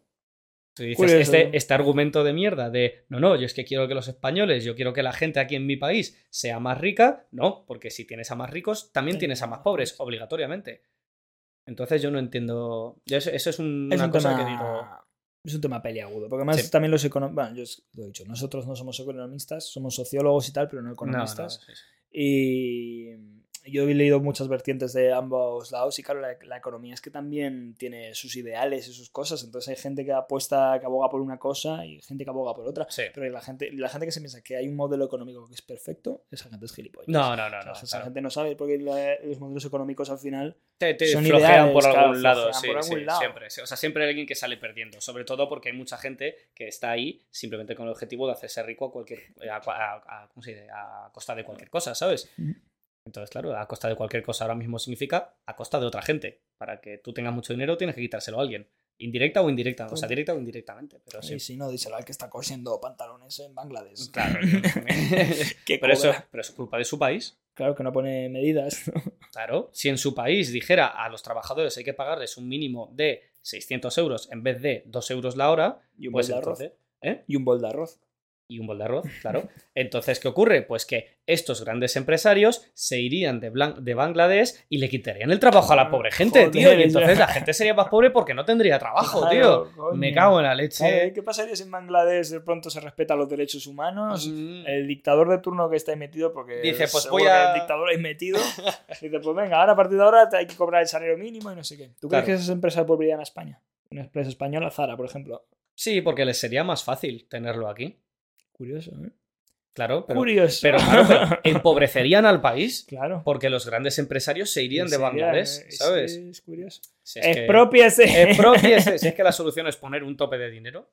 Speaker 2: tú dices,
Speaker 1: Curioso, ¿no?
Speaker 2: este, este argumento de mierda de, no, no, yo es que quiero que los españoles, yo quiero que la gente aquí en mi país sea más rica, no, porque si tienes a más ricos, también
Speaker 1: Sí,
Speaker 2: tienes a más pobres, obligatoriamente. Entonces yo no entiendo, yo eso, eso es un-
Speaker 1: Es
Speaker 2: una
Speaker 1: un,
Speaker 2: cosa
Speaker 1: tema,
Speaker 2: que digo,
Speaker 1: es un tema peliagudo. Porque además
Speaker 2: Sí.
Speaker 1: también los economistas. Bueno, yo os lo he dicho, nosotros no somos economistas, somos sociólogos y tal, pero no
Speaker 2: no, no,
Speaker 1: economistas.
Speaker 2: sí, sí.
Speaker 1: Y yo he leído muchas vertientes de ambos lados y claro, la, la economía es que también tiene sus ideales y sus cosas. Entonces hay gente que apuesta, que aboga por una cosa y gente que aboga por otra.
Speaker 2: Sí.
Speaker 1: Pero la gente, la gente que se piensa que hay un modelo económico que es perfecto, esa gente es gilipollas.
Speaker 2: No, no, no,
Speaker 1: O sea,
Speaker 2: no,
Speaker 1: esa
Speaker 2: claro.
Speaker 1: gente no sabe porque la- los modelos económicos al final
Speaker 2: Te, te
Speaker 1: son
Speaker 2: flojean
Speaker 1: ideales,
Speaker 2: por
Speaker 1: claro,
Speaker 2: algún lado,
Speaker 1: flojean
Speaker 2: sí,
Speaker 1: por algún
Speaker 2: sí,
Speaker 1: lado.
Speaker 2: siempre. O sea, siempre hay alguien que sale perdiendo, sobre todo porque hay mucha gente que está ahí simplemente con el objetivo de hacerse rico a cualquier eh, a, a- a- ¿cómo se dice? a costa de cualquier cosa, ¿sabes?
Speaker 1: Ujú.
Speaker 2: Entonces, claro, a costa de cualquier cosa ahora mismo significa a costa de otra gente. Para que tú tengas mucho dinero tienes que quitárselo a alguien, indirecta o indirecta, o sea, directa o indirectamente, pero sí.
Speaker 1: y si no, díselo al que está cosiendo pantalones en Bangladesh. <laughs>
Speaker 2: Claro. tío.
Speaker 1: Que
Speaker 2: pero eso,
Speaker 1: cobra.
Speaker 2: pero eso es culpa de su país.
Speaker 1: Claro que no pone medidas.
Speaker 2: Claro, si en su país dijera a los trabajadores hay que pagarles un mínimo de 600 euros en vez de 2 euros la hora,
Speaker 1: Y un
Speaker 2: pues
Speaker 1: bol de arroz.
Speaker 2: entonces... ¿eh?
Speaker 1: Y un bol de arroz.
Speaker 2: Y un bol de arroz, claro. <laughs> Entonces, ¿qué ocurre? Pues que estos grandes empresarios se irían de, Blan- de Bangladesh y le quitarían el trabajo a la pobre gente,
Speaker 1: Ah, Joder, <laughs>
Speaker 2: tío. Y
Speaker 1: ya.
Speaker 2: entonces la gente sería más pobre porque no tendría trabajo, tío. Me cago en la leche.
Speaker 1: Eh, ¿Qué pasaría si en Bangladesh de pronto se respetan los derechos humanos?
Speaker 2: Mm.
Speaker 1: El dictador de turno que está ahí metido, porque
Speaker 2: Dice, pues
Speaker 1: seguro
Speaker 2: voy
Speaker 1: que el
Speaker 2: a-
Speaker 1: dictador ahí
Speaker 2: <laughs>
Speaker 1: metido, dice, pues venga, ahora a partir de ahora te hay que cobrar el salario mínimo y no sé qué. ¿Tú
Speaker 2: Claro.
Speaker 1: crees que esas empresas volverían a España? Una empresa española, Zara, por ejemplo.
Speaker 2: Sí, porque les sería más fácil tenerlo aquí.
Speaker 1: Curioso, ¿eh?
Speaker 2: Claro, pero,
Speaker 1: Curioso.
Speaker 2: pero, claro, pero empobrecerían al país
Speaker 1: <laughs> claro.
Speaker 2: porque los grandes empresarios se irían de
Speaker 1: Sería,
Speaker 2: Bangladesh,
Speaker 1: eh, es-
Speaker 2: ¿sabes?
Speaker 1: Es, curioso.
Speaker 2: Si es que-
Speaker 1: Expropiese.
Speaker 2: Eh,
Speaker 1: <laughs>
Speaker 2: Expropiese. Si es que la solución es poner un tope de dinero.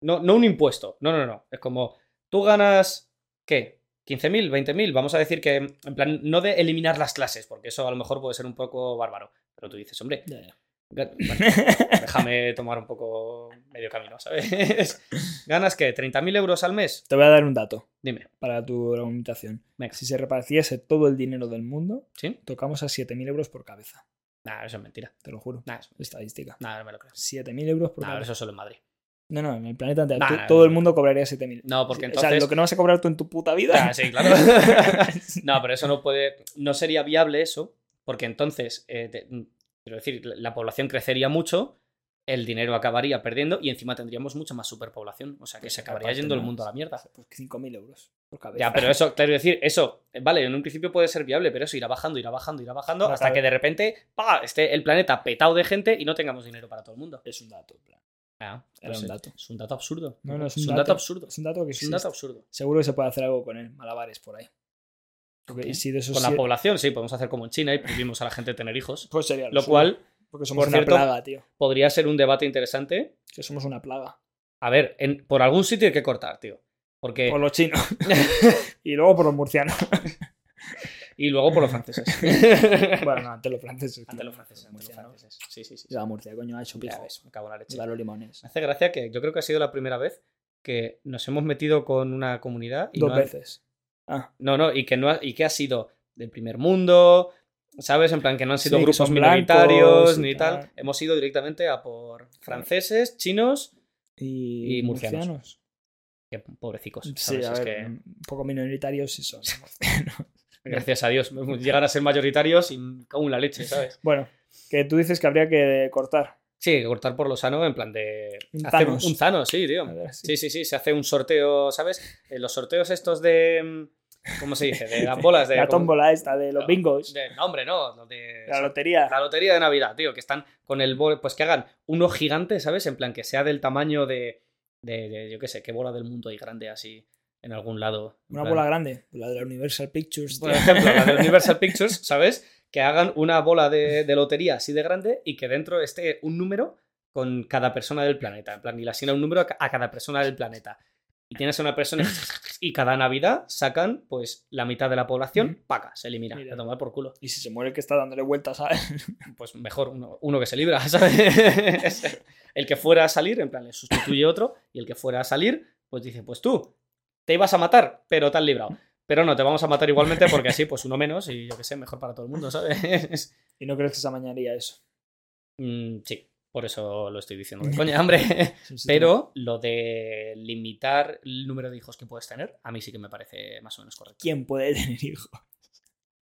Speaker 2: No, no un impuesto. No, no, no. Es como, tú ganas, ¿qué? ¿15.000? ¿20.000? Vamos a decir que, en plan, no de eliminar las clases, porque eso a lo mejor puede ser un poco bárbaro. Pero tú dices, hombre,
Speaker 1: Ya, ya.
Speaker 2: Gan- bueno,
Speaker 1: <laughs>
Speaker 2: déjame tomar un poco medio camino, ¿sabes? <laughs> ¿Ganas qué? ¿30.000 euros al mes?
Speaker 1: Te voy a dar un dato
Speaker 2: Dime.
Speaker 1: para tu argumentación.
Speaker 2: Venga.
Speaker 1: Si se repartiese todo el dinero del mundo,
Speaker 2: ¿Sí?
Speaker 1: tocamos a 7.000 euros por cabeza.
Speaker 2: Nah, eso es mentira.
Speaker 1: Te lo juro.
Speaker 2: Nah, eso-
Speaker 1: Estadística.
Speaker 2: nah, no me lo creo.
Speaker 1: 7.000 euros por
Speaker 2: Nah,
Speaker 1: cabeza.
Speaker 2: eso solo en Madrid.
Speaker 1: No, no, en el planeta entero.
Speaker 2: Nah,
Speaker 1: Tú-
Speaker 2: nah,
Speaker 1: todo
Speaker 2: no.
Speaker 1: el mundo cobraría 7.000.
Speaker 2: No, porque
Speaker 1: O sea,
Speaker 2: entonces...
Speaker 1: lo que no vas a cobrar tú en tu puta vida.
Speaker 2: Ah, sí, claro. <laughs>
Speaker 1: <laughs>
Speaker 2: no, pero eso no puede... No sería viable eso, porque entonces, eh, te- quiero decir, la- la población crecería mucho, el dinero acabaría perdiendo y encima tendríamos mucha más superpoblación. O sea, que se acabaría
Speaker 1: Aparte,
Speaker 2: yendo el
Speaker 1: Pues no,
Speaker 2: mundo a la mierda.
Speaker 1: Pues 5.000 euros por cabeza.
Speaker 2: Ya, pero eso, claro, decir, eso, eh, vale, en un principio puede ser viable, pero eso irá bajando, irá bajando, irá bajando,
Speaker 1: Claro,
Speaker 2: hasta
Speaker 1: claro.
Speaker 2: que de repente, pa, esté el planeta petado de gente y no tengamos dinero para todo el mundo.
Speaker 1: <laughs> Es un dato. en plan.
Speaker 2: Ah,
Speaker 1: Era
Speaker 2: pues
Speaker 1: un
Speaker 2: es-
Speaker 1: dato.
Speaker 2: Es un dato absurdo.
Speaker 1: No, no, es un
Speaker 2: dato,
Speaker 1: dato.
Speaker 2: absurdo.
Speaker 1: Es un dato que
Speaker 2: Es un dato absurdo.
Speaker 1: Seguro que se puede hacer algo con él. Malabares por ahí. Porque
Speaker 2: Ok.
Speaker 1: si de esos
Speaker 2: Con la
Speaker 1: siete-
Speaker 2: población, sí, podemos hacer como en China y prohibimos a la gente tener hijos.
Speaker 1: Pues sería
Speaker 2: Lo
Speaker 1: suyo.
Speaker 2: cual
Speaker 1: Porque somos
Speaker 2: por
Speaker 1: una
Speaker 2: cierto-
Speaker 1: plaga, tío.
Speaker 2: podría ser un debate interesante.
Speaker 1: Que somos una plaga.
Speaker 2: A ver, en- por algún sitio hay que cortar, tío. Porque.
Speaker 1: Por los
Speaker 2: <laughs>
Speaker 1: chinos. <laughs> y luego por los murcianos.
Speaker 2: Y luego
Speaker 1: <laughs>
Speaker 2: por los franceses.
Speaker 1: bueno, no, ante los franceses.
Speaker 2: Ante los
Speaker 1: tío.
Speaker 2: franceses, ante los
Speaker 1: Murcianos.
Speaker 2: franceses. Sí, sí, sí.
Speaker 1: Sí, La Murcia, coño, ha hecho
Speaker 2: Ya
Speaker 1: pijo.
Speaker 2: ves, me cago en la leche.
Speaker 1: Viva los limones.
Speaker 2: Me hace gracia que yo creo que ha sido la primera vez que nos hemos metido con una comunidad y
Speaker 1: Dos
Speaker 2: no han-
Speaker 1: veces. Ah,
Speaker 2: No, no, y que no ha, y que ha sido del primer mundo, ¿sabes? En plan que no han
Speaker 1: Sí,
Speaker 2: sido
Speaker 1: que
Speaker 2: grupos
Speaker 1: son blancos
Speaker 2: minoritarios
Speaker 1: y
Speaker 2: ni tal.
Speaker 1: tal.
Speaker 2: Hemos ido directamente a por franceses, chinos,
Speaker 1: y,
Speaker 2: Y murcianos. que pobrecicos.
Speaker 1: Sí,
Speaker 2: ¿sabes?
Speaker 1: a
Speaker 2: Es
Speaker 1: ver, mm,
Speaker 2: que,
Speaker 1: un poco minoritarios sí
Speaker 2: <laughs>
Speaker 1: son. murcianos.
Speaker 2: gracias a Dios <laughs> llegar a ser mayoritarios y me cago en la leche, ¿sabes?
Speaker 1: bueno, que tú dices que habría que cortar.
Speaker 2: Sí, cortar por lo sano en plan de
Speaker 1: Un
Speaker 2: hacer
Speaker 1: Thanos.
Speaker 2: un zano, sí, tío.
Speaker 1: A ver, sí.
Speaker 2: Sí, sí, sí, se hace un sorteo, ¿sabes? Eh, los sorteos estos de. mm, ¿Cómo se dice? De las bolas de.
Speaker 1: la
Speaker 2: ¿cómo-
Speaker 1: tómbola esta de los
Speaker 2: No,
Speaker 1: bingos.
Speaker 2: de- no, hombre, no. los de-
Speaker 1: la lotería.
Speaker 2: la lotería de Navidad, tío, que están con el bol. Pues que hagan uno gigante, ¿sabes? En plan, que sea del tamaño de. de, de, yo qué sé, qué bola del mundo hay grande así en algún lado. En
Speaker 1: Una
Speaker 2: plan-
Speaker 1: bola grande. La de la Universal Pictures.
Speaker 2: Por
Speaker 1: tío.
Speaker 2: ejemplo, la de Universal Pictures, ¿sabes? Que hagan una bola de, de lotería así de grande y que dentro esté un número con cada persona del planeta. En plan, y le asigna un número a, ca- a cada persona del planeta. Y tienes a una persona y cada Navidad sacan, pues, la mitad de la población,
Speaker 1: Ujú.
Speaker 2: paca, se elimina.
Speaker 1: Mira.
Speaker 2: A tomar por culo.
Speaker 1: <laughs> Y si se muere el que está dándole vueltas a
Speaker 2: Pues mejor uno, uno que se libra, <laughs> ¿sabes? El que fuera a salir, en plan, le sustituye otro. Y el que fuera a salir, pues dice, pues tú, te ibas a matar, pero te has librado. Pero no, te vamos a matar igualmente porque así, pues uno menos y yo qué sé, mejor para todo el mundo, ¿sabes? <laughs>
Speaker 1: ¿Y no crees que se amañaría eso?
Speaker 2: Mm, sí, por eso lo estoy diciendo. de
Speaker 1: <laughs>
Speaker 2: Coña, hombre.
Speaker 1: Es un sistema-
Speaker 2: Pero lo de limitar el número de hijos que puedes tener, a mí sí que me parece más o menos correcto.
Speaker 1: ¿Quién puede tener hijos? <laughs>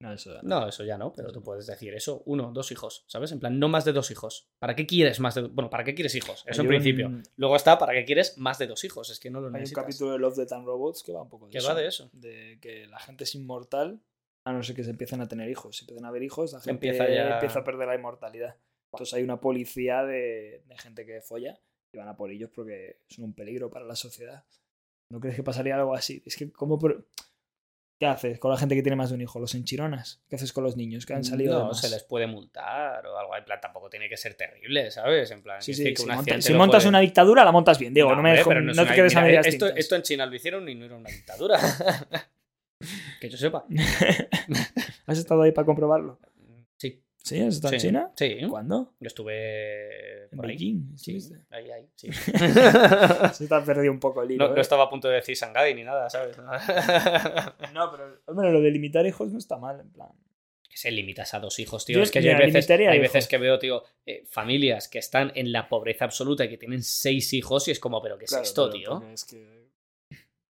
Speaker 1: No, eso.
Speaker 2: No, eso ya no, pero tú puedes decir eso, uno, dos hijos, ¿sabes? En plan, no más de dos hijos. ¿Para qué quieres más de Bueno, ¿para qué quieres hijos?
Speaker 1: Hay
Speaker 2: Eso en
Speaker 1: un-
Speaker 2: principio. Luego está, ¿para qué quieres más de dos hijos? Es que no lo
Speaker 1: Hay un
Speaker 2: necesitas.
Speaker 1: capítulo de Love the Time Robots que va un poco de
Speaker 2: ¿Qué
Speaker 1: eso.
Speaker 2: va de eso?
Speaker 1: de que la gente es inmortal, a no ser que se empiecen a tener hijos. Si empiezan a haber hijos, la gente
Speaker 2: Empieza
Speaker 1: empieza,
Speaker 2: ya-
Speaker 1: a perder la inmortalidad. Entonces hay una policía de, de gente que folla y van a por ellos porque son un peligro para la sociedad. ¿No crees que pasaría algo así? Es que, ¿cómo.? pro- ¿Qué haces con la gente que tiene más de un hijo? ¿Los enchironas? ¿Qué haces con los niños que han salido de
Speaker 2: no,
Speaker 1: más?
Speaker 2: se les puede multar o algo. En plan, tampoco tiene que ser terrible, ¿sabes? En plan,
Speaker 1: Sí,
Speaker 2: es
Speaker 1: sí,
Speaker 2: decir, que
Speaker 1: si,
Speaker 2: un
Speaker 1: monta-
Speaker 2: accidente
Speaker 1: si
Speaker 2: lo
Speaker 1: montas
Speaker 2: puede-
Speaker 1: una dictadura, la montas bien, Diego. No, me
Speaker 2: hombre,
Speaker 1: dejo-
Speaker 2: pero
Speaker 1: no
Speaker 2: es
Speaker 1: te
Speaker 2: una-
Speaker 1: quedes a
Speaker 2: mira,
Speaker 1: medias
Speaker 2: esto,
Speaker 1: tintas.
Speaker 2: esto en China lo hicieron y no era una dictadura. <laughs> que yo sepa.
Speaker 1: ¿Has estado ahí para comprobarlo?
Speaker 2: Sí.
Speaker 1: ¿Sí? ¿Has estado en
Speaker 2: sí,
Speaker 1: China?
Speaker 2: Sí.
Speaker 1: ¿Cuándo?
Speaker 2: Yo estuve
Speaker 1: En
Speaker 2: por ahí.
Speaker 1: Beijing.
Speaker 2: Sí,
Speaker 1: estuviste.
Speaker 2: ahí, ahí,
Speaker 1: <laughs>
Speaker 2: sí.
Speaker 1: Se te ha perdido un poco el hilo.
Speaker 2: <laughs> No, no
Speaker 1: ¿eh?
Speaker 2: estaba a punto de decir Shanghái ni nada, ¿sabes? <laughs>
Speaker 1: No, pero hombre, lo de limitar hijos no está mal, en plan.
Speaker 2: que se limitas a dos hijos, tío.
Speaker 1: Yo-
Speaker 2: es que yo
Speaker 1: mira,
Speaker 2: hay veces,
Speaker 1: limitaría
Speaker 2: hay
Speaker 1: hijos.
Speaker 2: veces que veo, tío, eh, familias que están en la pobreza absoluta y que tienen seis hijos y es como, pero ¿qué es
Speaker 1: Claro,
Speaker 2: esto,
Speaker 1: pero
Speaker 2: tío? O
Speaker 1: porque es que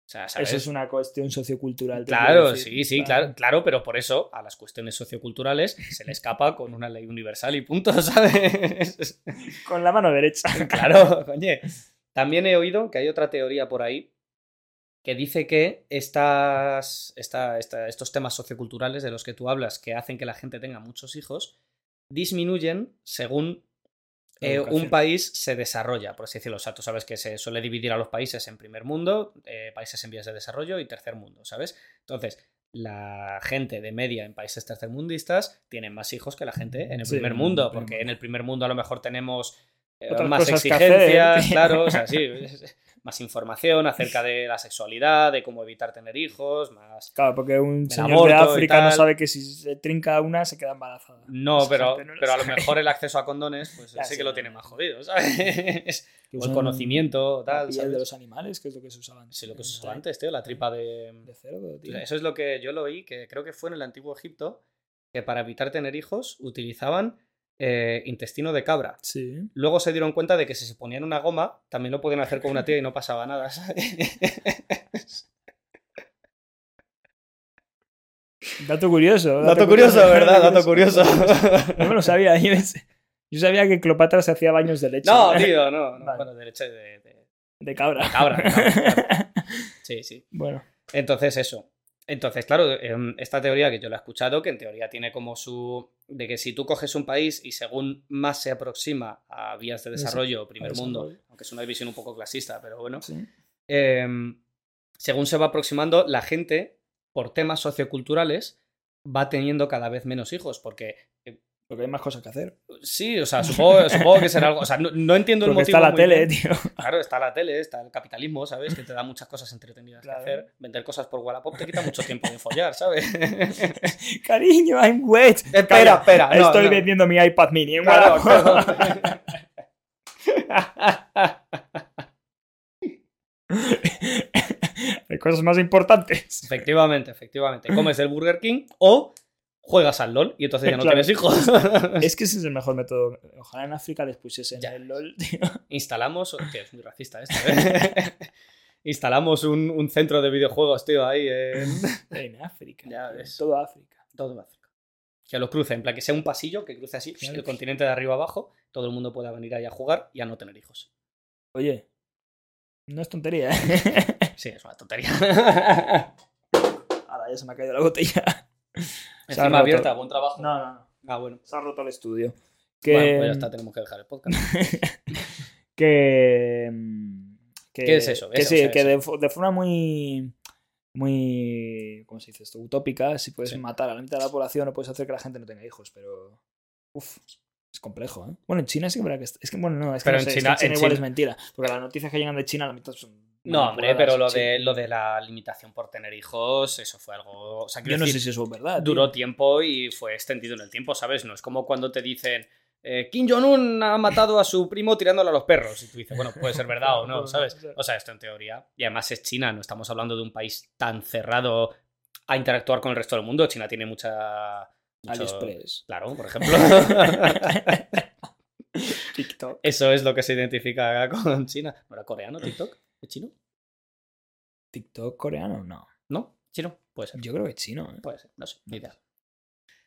Speaker 2: sea, ¿sabes?
Speaker 1: Eso es una cuestión sociocultural. te quiero
Speaker 2: Claro,
Speaker 1: decir,
Speaker 2: sí, sí,
Speaker 1: en
Speaker 2: claro,
Speaker 1: plan,
Speaker 2: claro, pero por eso a las cuestiones socioculturales se le escapa con una ley universal y punto, <laughs> ¿sabes? <laughs>
Speaker 1: Con la mano derecha.
Speaker 2: Claro, coño. También he oído que hay otra teoría por ahí que dice que estas, esta- esta- estos temas socioculturales de los que tú hablas que hacen que la gente tenga muchos hijos disminuyen según
Speaker 1: La
Speaker 2: eh, un
Speaker 1: educación.
Speaker 2: país se desarrolla, por así decirlo. O sea, tú sabes que se suele dividir a los países en primer mundo, eh, países en vías de desarrollo y tercer mundo, ¿sabes? Entonces, la gente de media en países tercermundistas tiene más hijos que la gente en el
Speaker 1: Sí,
Speaker 2: primer
Speaker 1: en el
Speaker 2: mundo,
Speaker 1: primer
Speaker 2: porque
Speaker 1: mundo.
Speaker 2: en el primer mundo a lo mejor tenemos eh,
Speaker 1: Otras
Speaker 2: más
Speaker 1: cosas que <laughs>
Speaker 2: exigencias,
Speaker 1: hacer.
Speaker 2: claro, o sea, sí, es- más información acerca de la sexualidad, de cómo evitar tener hijos, más...
Speaker 1: Claro, porque un
Speaker 2: Del
Speaker 1: señor de
Speaker 2: aborto y
Speaker 1: África no
Speaker 2: tal.
Speaker 1: sabe que si se trinca una se queda embarazada.
Speaker 2: No,
Speaker 1: Esa
Speaker 2: pero,
Speaker 1: gente no lo
Speaker 2: pero a lo
Speaker 1: sabe.
Speaker 2: mejor el acceso a condones,
Speaker 1: <laughs>
Speaker 2: pues
Speaker 1: Ya,
Speaker 2: sí
Speaker 1: sí,
Speaker 2: que lo
Speaker 1: no,
Speaker 2: tiene
Speaker 1: no.
Speaker 2: más jodido, ¿sabes? <laughs>
Speaker 1: Que
Speaker 2: O el
Speaker 1: usan
Speaker 2: conocimiento,
Speaker 1: la
Speaker 2: tal,
Speaker 1: Pues piel de
Speaker 2: ¿sabes?
Speaker 1: los animales, que es lo que se usaba antes.
Speaker 2: Sí, lo que se usaba
Speaker 1: Era
Speaker 2: antes, tío, la tripa de...
Speaker 1: De cerdo, tío.
Speaker 2: Eso es lo que yo lo oí, que creo que fue en el antiguo Egipto, que para evitar tener hijos utilizaban eh, intestino de cabra.
Speaker 1: Sí.
Speaker 2: Luego se dieron cuenta de que si se ponían una goma, también lo podían hacer con una tía y no pasaba nada. ¿sabes?
Speaker 1: Dato curioso.
Speaker 2: Dato curioso,
Speaker 1: <laughs>
Speaker 2: ¿verdad? Dato curioso. <laughs>
Speaker 1: No me lo sabía. Yo, pensé- yo sabía que Cleopatra se hacía baños de leche. <laughs>
Speaker 2: No, tío, no. no.
Speaker 1: Vale.
Speaker 2: Bueno, de leche de, de-
Speaker 1: De cabra.
Speaker 2: cabra. de cabra, claro. Sí, sí.
Speaker 1: <laughs> Bueno,
Speaker 2: Entonces, eso. Entonces, claro, em, esta teoría que yo la he escuchado, que en teoría tiene como su. de que si tú coges un país y según más se aproxima a vías de
Speaker 1: Desa-
Speaker 2: desarrollo, primer
Speaker 1: desarrollo.
Speaker 2: mundo, aunque es una visión un poco clasista, pero bueno.
Speaker 1: sí.
Speaker 2: em, según se va aproximando, la gente, por temas socioculturales, va teniendo cada vez menos hijos, porque. eh,
Speaker 1: Porque hay más cosas que hacer.
Speaker 2: Sí, o sea, supongo, supongo que será algo. O sea, no, no entiendo
Speaker 1: <laughs>
Speaker 2: el
Speaker 1: Porque
Speaker 2: motivo.
Speaker 1: está la
Speaker 2: muy
Speaker 1: tele,
Speaker 2: bien.
Speaker 1: tío. <laughs>
Speaker 2: Claro, está la tele, está el capitalismo, ¿sabes? Que te da muchas cosas entretenidas
Speaker 1: Claro.
Speaker 2: que hacer. Vender cosas por Wallapop te quita mucho tiempo de follar, <laughs> ¿sabes?
Speaker 1: Cariño, I'm wet.
Speaker 2: espera, espera. Ah, no,
Speaker 1: Estoy
Speaker 2: no.
Speaker 1: vendiendo mi iPad mini. ¿eh?
Speaker 2: Claro,
Speaker 1: Guarda.
Speaker 2: claro.
Speaker 1: <laughs> Hay cosas más importantes.
Speaker 2: <laughs> <laughs> efectivamente, efectivamente. Comes el Burger King o juegas al LOL y entonces ya no
Speaker 1: Claro.
Speaker 2: tienes hijos. <laughs>
Speaker 1: Es que ese es el mejor método. Ojalá en África les pusiesen
Speaker 2: Ya.
Speaker 1: el LOL, tío.
Speaker 2: Instalamos. Tío, es muy racista esto, ¿eh? <laughs> Instalamos un, un centro de videojuegos, tío, ahí <laughs> en.
Speaker 1: <laughs> En África.
Speaker 2: Ya
Speaker 1: tío,
Speaker 2: ves.
Speaker 1: Todo África.
Speaker 2: Todo en África. Que lo cruce, en plan que sea un pasillo que cruce así
Speaker 1: Claro.
Speaker 2: el continente de arriba abajo, todo el mundo pueda venir ahí a jugar y a no tener
Speaker 1: <laughs>
Speaker 2: hijos.
Speaker 1: Oye, no es tontería, ¿eh? <laughs>
Speaker 2: Sí, es una tontería.
Speaker 1: Ahora ya se me ha caído la botella. <laughs> Se ha roto.
Speaker 2: Encima abierta, buen trabajo.
Speaker 1: No, no, no.
Speaker 2: Ah, bueno.
Speaker 1: Se ha roto el estudio. Que, em,
Speaker 2: Bueno, pues ya está, tenemos que dejar el
Speaker 1: <laughs>
Speaker 2: podcast.
Speaker 1: que, mm, que-
Speaker 2: ¿Qué es eso?
Speaker 1: Que
Speaker 2: Eso,
Speaker 1: sí,
Speaker 2: eso,
Speaker 1: que
Speaker 2: eso.
Speaker 1: de, fo- de forma muy, muy, ¿cómo se dice esto? Utópica, si puedes
Speaker 2: Sí.
Speaker 1: matar a la mitad de la población o puedes hacer que la gente no tenga hijos, pero, uf, es complejo, ¿eh? Bueno, en China sí que verdad que es, es que bueno, no, es que
Speaker 2: Pero
Speaker 1: no
Speaker 2: en
Speaker 1: sé, es que
Speaker 2: China- en
Speaker 1: igual
Speaker 2: China-
Speaker 1: es mentira, porque las noticias que llegan de China la mitad son
Speaker 2: No, hombre, pero lo
Speaker 1: manipuladas,
Speaker 2: de,
Speaker 1: sí.
Speaker 2: lo de la limitación por tener hijos, eso fue algo. O sea,
Speaker 1: yo
Speaker 2: quiero
Speaker 1: no sé
Speaker 2: decir,
Speaker 1: si eso es <laughs> verdad. tío.
Speaker 2: duró tiempo y fue extendido en el tiempo, ¿sabes? No es como cuando te dicen. eh, Kim Jong-un ha matado a su primo tirándole a los perros. Y tú dices, bueno, puede ser verdad
Speaker 1: <laughs>
Speaker 2: o no, ¿sabes? O sea, esto en teoría. Y además es China, no estamos hablando de un país tan cerrado a interactuar con el resto del mundo. China tiene mucha. mucho-
Speaker 1: AliExpress.
Speaker 2: Claro,
Speaker 1: <laughs>
Speaker 2: por ejemplo. <laughs>
Speaker 1: TikTok.
Speaker 2: Eso es lo que se identifica con China. ¿No era coreano TikTok? ¿Es chino?
Speaker 1: TikTok coreano, no.
Speaker 2: ¿No? ¿Chino? Puede ser.
Speaker 1: Yo creo que es chino, ¿eh?
Speaker 2: Puede ser. No sé, ni idea.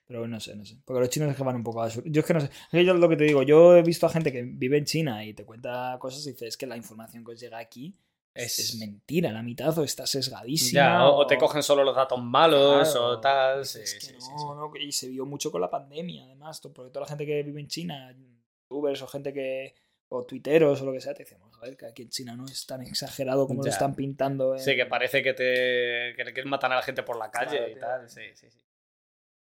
Speaker 1: Pero no sé, no sé. Porque los chinos es que van un poco a su- Yo es que no sé. Es que yo lo que te digo, yo he visto a gente que vive en China y te cuenta cosas y dices es que la información que os llega aquí es, es mentira, la mitad o está sesgadísima.
Speaker 2: Ya, o, o te cogen solo los datos malos
Speaker 1: Claro,
Speaker 2: o tal. Sí,
Speaker 1: Es que
Speaker 2: sí,
Speaker 1: no,
Speaker 2: sí, sí.
Speaker 1: no, y se vio mucho con la pandemia, además, to- porque toda la gente que vive en China, youtubers o gente que. o tuiteros o lo que sea, te decimos, a ver, que aquí en China no es tan exagerado como lo
Speaker 2: Ya.
Speaker 1: están pintando. En...
Speaker 2: Sí, que parece que te que, que matan a la gente por la calle
Speaker 1: Claro,
Speaker 2: y
Speaker 1: tío.
Speaker 2: tal. Sí, sí, sí.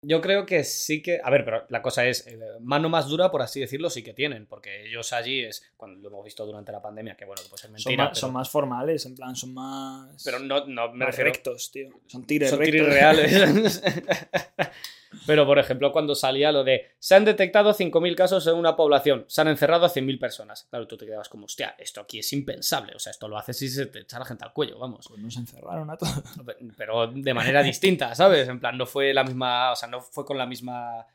Speaker 2: Yo creo que sí que. A ver, pero la cosa es, eh, mano más dura, por así decirlo, sí que tienen. Porque ellos allí es. Cuando lo hemos visto durante la pandemia, que bueno, pues es
Speaker 1: son,
Speaker 2: mentira.
Speaker 1: más, son
Speaker 2: pero,
Speaker 1: más formales, en plan, son más.
Speaker 2: pero no, no me
Speaker 1: más
Speaker 2: refiero.
Speaker 1: rectos, tío. Son tires
Speaker 2: son
Speaker 1: rectos.
Speaker 2: tiris reales. <laughs> Pero, por ejemplo, cuando salía lo de se han detectado 5.000 casos en una población, se han encerrado a 100.000 personas. Claro, tú te quedabas como, hostia, esto aquí es impensable. O sea, esto lo haces y se te echa la gente al cuello, vamos.
Speaker 1: Pues nos encerraron a
Speaker 2: <laughs>
Speaker 1: todos.
Speaker 2: Pero de manera distinta, ¿sabes? En plan, no fue la misma. O sea, no fue con la misma.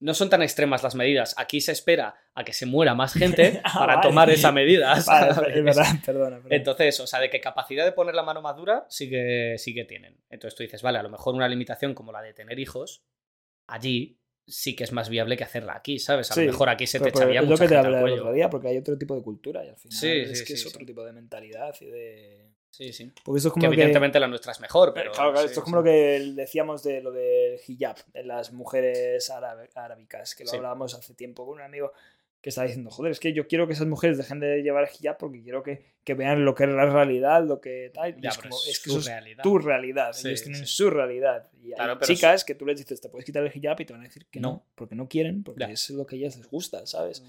Speaker 2: No son tan extremas las medidas. Aquí se espera a que se muera más gente
Speaker 1: <laughs> Ah,
Speaker 2: para
Speaker 1: vale.
Speaker 2: tomar esa medida. <laughs>
Speaker 1: Vale,
Speaker 2: ¿sabes?
Speaker 1: es verdad, perdona. perdona.
Speaker 2: Ah, Entonces, o sea, de que capacidad de poner la mano más dura sí que, sí que tienen. Entonces tú dices, vale, a lo mejor una limitación como la de tener hijos, allí sí que es más viable que hacerla aquí, ¿sabes? A
Speaker 1: Sí,
Speaker 2: lo mejor aquí se te
Speaker 1: Pero- pero
Speaker 2: echaría
Speaker 1: Pues, es lo
Speaker 2: mucha
Speaker 1: que te
Speaker 2: gente al
Speaker 1: hablé el
Speaker 2: cuello.
Speaker 1: otro día, porque hay otro tipo de cultura y al final
Speaker 2: Sí,
Speaker 1: es
Speaker 2: sí,
Speaker 1: que
Speaker 2: sí,
Speaker 1: es
Speaker 2: sí.
Speaker 1: otro tipo de mentalidad y de...
Speaker 2: Sí, sí.
Speaker 1: Porque esto es
Speaker 2: Que
Speaker 1: como que...
Speaker 2: evidentemente la nuestra es mejor, pero...
Speaker 1: Claro, claro,
Speaker 2: sí,
Speaker 1: esto es
Speaker 2: sí.
Speaker 1: como lo que decíamos de lo del hijab, de las mujeres árabe- árabicas, que lo
Speaker 2: Sí.
Speaker 1: hablábamos hace tiempo con un amigo que estaba diciendo, joder, es que yo quiero que esas mujeres dejen de llevar hijab porque quiero que, que vean lo que es la realidad, lo que tal. Y
Speaker 2: Ya,
Speaker 1: es
Speaker 2: pero
Speaker 1: como,
Speaker 2: es
Speaker 1: es que
Speaker 2: su
Speaker 1: eso es
Speaker 2: realidad.
Speaker 1: tu realidad.
Speaker 2: Sí,
Speaker 1: ellos tienen
Speaker 2: sí.
Speaker 1: su realidad. Y
Speaker 2: Claro,
Speaker 1: hay
Speaker 2: pero
Speaker 1: chicas que tú les dices, te puedes quitar el hijab y te van a decir que no,
Speaker 2: No.
Speaker 1: porque no quieren, porque
Speaker 2: Ya.
Speaker 1: es lo que a ellas les gusta, ¿sabes?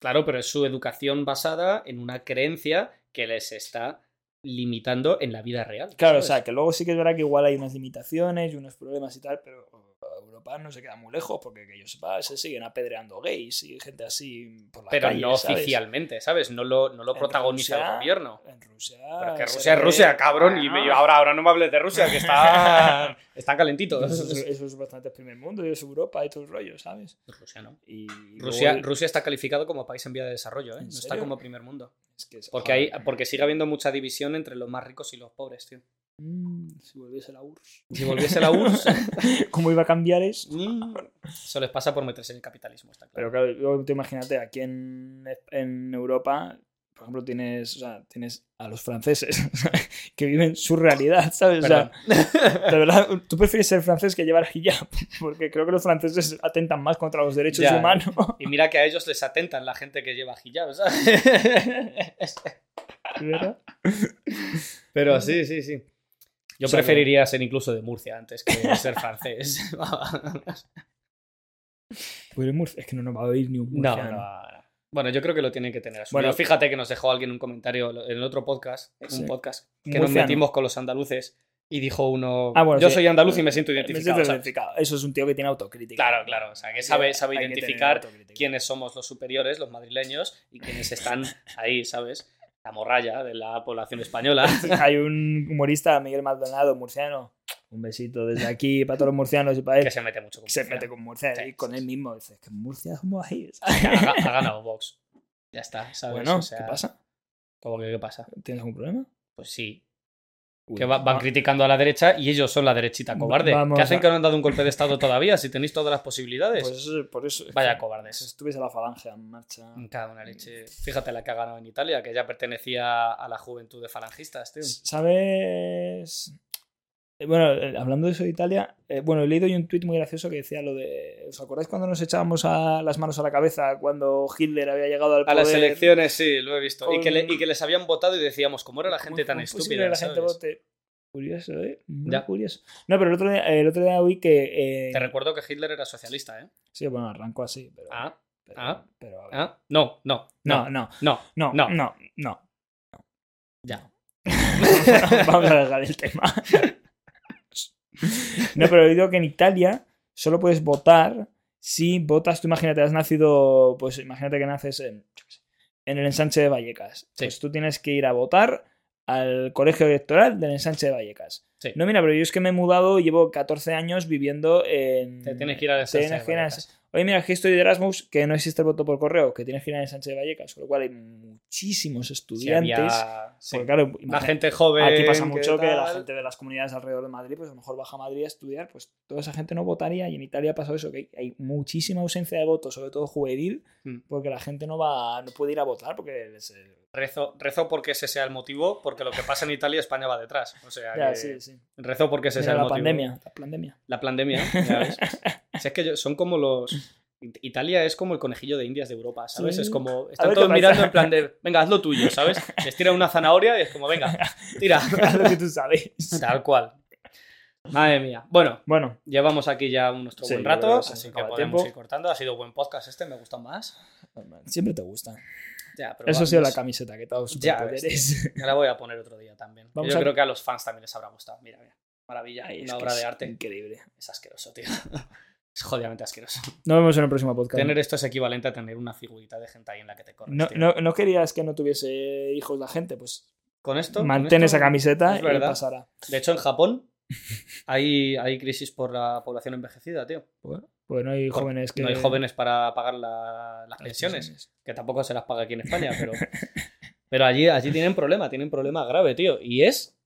Speaker 2: Claro, pero es su educación basada en una creencia que les está limitando en la vida real.
Speaker 1: Claro, o
Speaker 2: ¿sabes?
Speaker 1: sea, que luego sí que es verdad que igual hay unas limitaciones y unos problemas y tal, pero uh, Europa no se queda muy lejos porque que yo sepa, se siguen apedreando gays y gente así por la
Speaker 2: pero
Speaker 1: calle,
Speaker 2: no
Speaker 1: ¿sabes?
Speaker 2: oficialmente, ¿sabes? No lo, no lo
Speaker 1: En
Speaker 2: protagoniza
Speaker 1: Rusia-
Speaker 2: el gobierno.
Speaker 1: En Rusia.
Speaker 2: Ah, Pero que
Speaker 1: se
Speaker 2: Rusia es
Speaker 1: ve-
Speaker 2: Rusia, cabrón. Y me-
Speaker 1: Ah. <laughs>
Speaker 2: y ahora, ahora no me hables de Rusia, que <laughs> está, está calentito.
Speaker 1: Eso, es- eso es bastante el primer mundo, y es Europa y todo el rollo, ¿sabes?
Speaker 2: Rusia, ¿no?
Speaker 1: Y luego
Speaker 2: Rusia,
Speaker 1: el-
Speaker 2: Rusia está calificado como país en vía de desarrollo, ¿eh?
Speaker 1: ¿En
Speaker 2: No está
Speaker 1: serio?
Speaker 2: como primer mundo.
Speaker 1: es que es-
Speaker 2: Porque, hay,
Speaker 1: joder.
Speaker 2: porque sigue habiendo mucha división entre los más ricos y los pobres, tío.
Speaker 1: Mm, si volviese la URSS.
Speaker 2: Si volviese <laughs>
Speaker 1: <laughs>
Speaker 2: la URSS,
Speaker 1: ¿Cómo iba a cambiar eso?
Speaker 2: mm, eso les pasa por meterse en el capitalismo, está
Speaker 1: Pero
Speaker 2: claro.
Speaker 1: claro, luego tú imagínate, aquí en, en Europa, por ejemplo, tienes, o sea, tienes a los franceses <laughs> que viven su realidad, ¿sabes? O sea, <laughs> de verdad, tú prefieres ser francés que llevar hijab, <laughs> porque creo que los franceses atentan más contra los derechos
Speaker 2: Ya.
Speaker 1: humanos. <laughs>
Speaker 2: Y mira que a ellos les atentan la gente que lleva hijab, ¿sabes?
Speaker 1: ¿verdad?
Speaker 2: Pero sí, sí, sí. Yo
Speaker 1: O sea,
Speaker 2: preferiría ser incluso de Murcia antes que ser francés. <laughs>
Speaker 1: Pues el Murcia- es que no nos va a oír ni un
Speaker 2: No,
Speaker 1: murciano.
Speaker 2: no, no. Bueno, yo creo que lo tienen que tener asumido.
Speaker 1: Bueno,
Speaker 2: Bueno, fíjate que nos dejó alguien un comentario lo- en el otro podcast, en
Speaker 1: Sí.
Speaker 2: un podcast, que nos
Speaker 1: Murciano.
Speaker 2: metimos con los andaluces y dijo uno,
Speaker 1: Ah, bueno,
Speaker 2: yo
Speaker 1: sí.
Speaker 2: soy andaluz y me siento
Speaker 1: Me
Speaker 2: identificado.
Speaker 1: siento
Speaker 2: o sea,
Speaker 1: identificado. Eso es un tío que tiene autocrítica.
Speaker 2: Claro, claro, o sea, que sabe- sabe
Speaker 1: Hay que tener
Speaker 2: identificar
Speaker 1: autocrítica.
Speaker 2: quiénes somos los superiores, los madrileños, y quiénes
Speaker 1: <laughs>
Speaker 2: están ahí, ¿sabes? La morralla de la población española.
Speaker 1: Hay un humorista, Miguel Maldonado, murciano. Un besito desde aquí para todos los murcianos y para él.
Speaker 2: que se mete mucho con
Speaker 1: se
Speaker 2: Murcia.
Speaker 1: mete con Murcia
Speaker 2: Sí,
Speaker 1: y con
Speaker 2: sí,
Speaker 1: él mismo. Dices, que en Murcia somos
Speaker 2: <laughs>
Speaker 1: ahí.
Speaker 2: Ha, ha ganado Vox. Ya está,
Speaker 1: <laughs>
Speaker 2: ¿sabes?
Speaker 1: Bueno,
Speaker 2: O sea,
Speaker 1: ¿qué pasa?
Speaker 2: ¿Cómo que qué pasa?
Speaker 1: ¿Tienes algún problema? Ah,
Speaker 2: Pues sí.
Speaker 1: Uy,
Speaker 2: Que va- van criticando a la derecha y ellos son la derechita cobarde.
Speaker 1: Pues Vamos
Speaker 2: ¿Qué hacen
Speaker 1: a-
Speaker 2: que no han dado un golpe de Estado todavía? Si tenéis todas las posibilidades.
Speaker 1: Pues eso, por eso. es
Speaker 2: Vaya Mm,
Speaker 1: que Si
Speaker 2: cobardes.
Speaker 1: estuviese la falange en marcha.
Speaker 2: Me cago en la leche. Fíjate la que ha ganado en Italia, que ya pertenecía a la juventud de falangistas, tío.
Speaker 1: ¿Sabes? Eh, Bueno, eh, hablando de eso de Italia, eh, bueno, he leído yo un tuit muy gracioso que decía lo de. ¿Os acordáis cuando nos echábamos a, las manos a la cabeza cuando Hitler había llegado al
Speaker 2: A
Speaker 1: poder?
Speaker 2: las elecciones, sí, lo he visto. Y,
Speaker 1: Con-
Speaker 2: que le- y que les habían votado y decíamos, ¿cómo era la gente
Speaker 1: ¿Cómo-
Speaker 2: tan
Speaker 1: cómo es posible
Speaker 2: estúpida?
Speaker 1: que la gente
Speaker 2: sabes?
Speaker 1: vote? Curioso, ¿eh? Muy
Speaker 2: Ya.
Speaker 1: curioso. No, pero el otro día, el otro día oí que. eh,
Speaker 2: Te recuerdo que Hitler era socialista, ¿eh?
Speaker 1: Sí, bueno, arrancó así, pero.
Speaker 2: Ah,
Speaker 1: pero,
Speaker 2: ah,
Speaker 1: pero a ver.
Speaker 2: ah. No, no,
Speaker 1: No,
Speaker 2: no,
Speaker 1: no,
Speaker 2: no.
Speaker 1: no, no,
Speaker 2: No.
Speaker 1: no. no.
Speaker 2: Ya.
Speaker 1: <laughs> Vamos a dejar el tema. No, pero digo que en Italia solo puedes votar si votas, tú imagínate, has nacido, pues imagínate que naces en, yo qué sé, en el ensanche de Vallecas.
Speaker 2: Sí.
Speaker 1: Pues tú tienes que ir a votar al colegio electoral del ensanche de Vallecas.
Speaker 2: Sí.
Speaker 1: No, mira, pero yo es que me he mudado, llevo 14 años viviendo en...
Speaker 2: Te tienes que ir a la
Speaker 1: Te tienes que ir a Oye, mira, que estoy de Erasmus, que no existe el voto por correo, que tienes que ir a Sánchez de Vallecas, con lo cual hay muchísimos estudiantes. Porque, claro,
Speaker 2: La
Speaker 1: imagina-
Speaker 2: gente joven.
Speaker 1: aquí pasa mucho que, la
Speaker 2: tal.
Speaker 1: gente de las comunidades alrededor de Madrid, pues a lo mejor baja a Madrid a estudiar, pues toda esa gente no votaría. Y en Italia ha pasado eso, que hay, hay muchísima ausencia de votos, sobre todo juvenil,
Speaker 2: Mm.
Speaker 1: porque la gente no va, no puede ir a votar porque les- eh,
Speaker 2: Rezo, rezo porque ese sea el motivo, porque lo que pasa en Italia, España va detrás. O sea,
Speaker 1: ya,
Speaker 2: que
Speaker 1: sí, sí.
Speaker 2: rezo porque ese
Speaker 1: Mira
Speaker 2: sea el
Speaker 1: la
Speaker 2: motivo.
Speaker 1: pandemia, la pandemia.
Speaker 2: <laughs> La pandemia, ya
Speaker 1: <laughs>
Speaker 2: ves. Si es que yo- son como los. It- Italia es como el conejillo de Indias de Europa, ¿sabes?
Speaker 1: Sí.
Speaker 2: Es como.
Speaker 1: A
Speaker 2: Están
Speaker 1: ver
Speaker 2: todos
Speaker 1: qué pasa.
Speaker 2: mirando en plan de. Venga, haz lo tuyo, ¿sabes? Les tira una zanahoria y es como, venga,
Speaker 1: <laughs>
Speaker 2: tira.
Speaker 1: lo que tú sabes.
Speaker 2: Tal cual. Madre mía. Bueno,
Speaker 1: Bueno,
Speaker 2: llevamos aquí ya nuestro
Speaker 1: Sí, yo
Speaker 2: buen
Speaker 1: creo
Speaker 2: rato,
Speaker 1: que se nos
Speaker 2: así que
Speaker 1: acaba el
Speaker 2: podemos
Speaker 1: tiempo.
Speaker 2: ir cortando. Ha sido buen podcast este, me gusta más.
Speaker 1: siempre te gusta.
Speaker 2: Ya, pero
Speaker 1: Eso ha
Speaker 2: vamos.
Speaker 1: sido la camiseta que te ha dado
Speaker 2: Ya
Speaker 1: superpoderes.
Speaker 2: Me la voy a poner otro día también.
Speaker 1: Vamos
Speaker 2: Yo
Speaker 1: a-
Speaker 2: creo que a los fans también les habrá gustado. Mira, mira. Maravilla.
Speaker 1: Ay, <laughs> es
Speaker 2: una
Speaker 1: que
Speaker 2: obra
Speaker 1: es
Speaker 2: de arte.
Speaker 1: Increíble.
Speaker 2: Es asqueroso, tío. <laughs> Es jodidamente asqueroso.
Speaker 1: Nos vemos en el próximo podcast.
Speaker 2: Tener esto es equivalente a tener una figurita de gente ahí en la que te corres.
Speaker 1: No,
Speaker 2: tío.
Speaker 1: no, no querías que no tuviese hijos la gente, pues
Speaker 2: Con esto. con
Speaker 1: mantén
Speaker 2: esto-
Speaker 1: esa camiseta
Speaker 2: es
Speaker 1: y
Speaker 2: verdad.
Speaker 1: pasará.
Speaker 2: De hecho, en Japón hay, hay crisis por la población envejecida, tío.
Speaker 1: Pues no hay
Speaker 2: Por-
Speaker 1: jóvenes que.
Speaker 2: No hay jóvenes para pagar la- las
Speaker 1: las
Speaker 2: pensiones, que tampoco se las paga aquí en España, pero, pero allí, allí tienen problema, tienen problema grave, tío. Y es.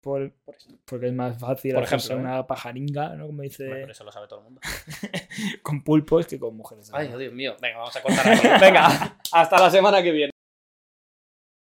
Speaker 1: Por-
Speaker 2: Por esto.
Speaker 1: porque es más fácil
Speaker 2: Por
Speaker 1: hacerse
Speaker 2: ejemplo, ¿eh?
Speaker 1: una pajaringa, ¿no? Como dice,
Speaker 2: Hombre, pero eso lo sabe todo el mundo.
Speaker 1: con pulpos que con mujeres.
Speaker 2: Ay, Dios mío. Venga, vamos a cortar aquí. Venga, hasta la semana que viene.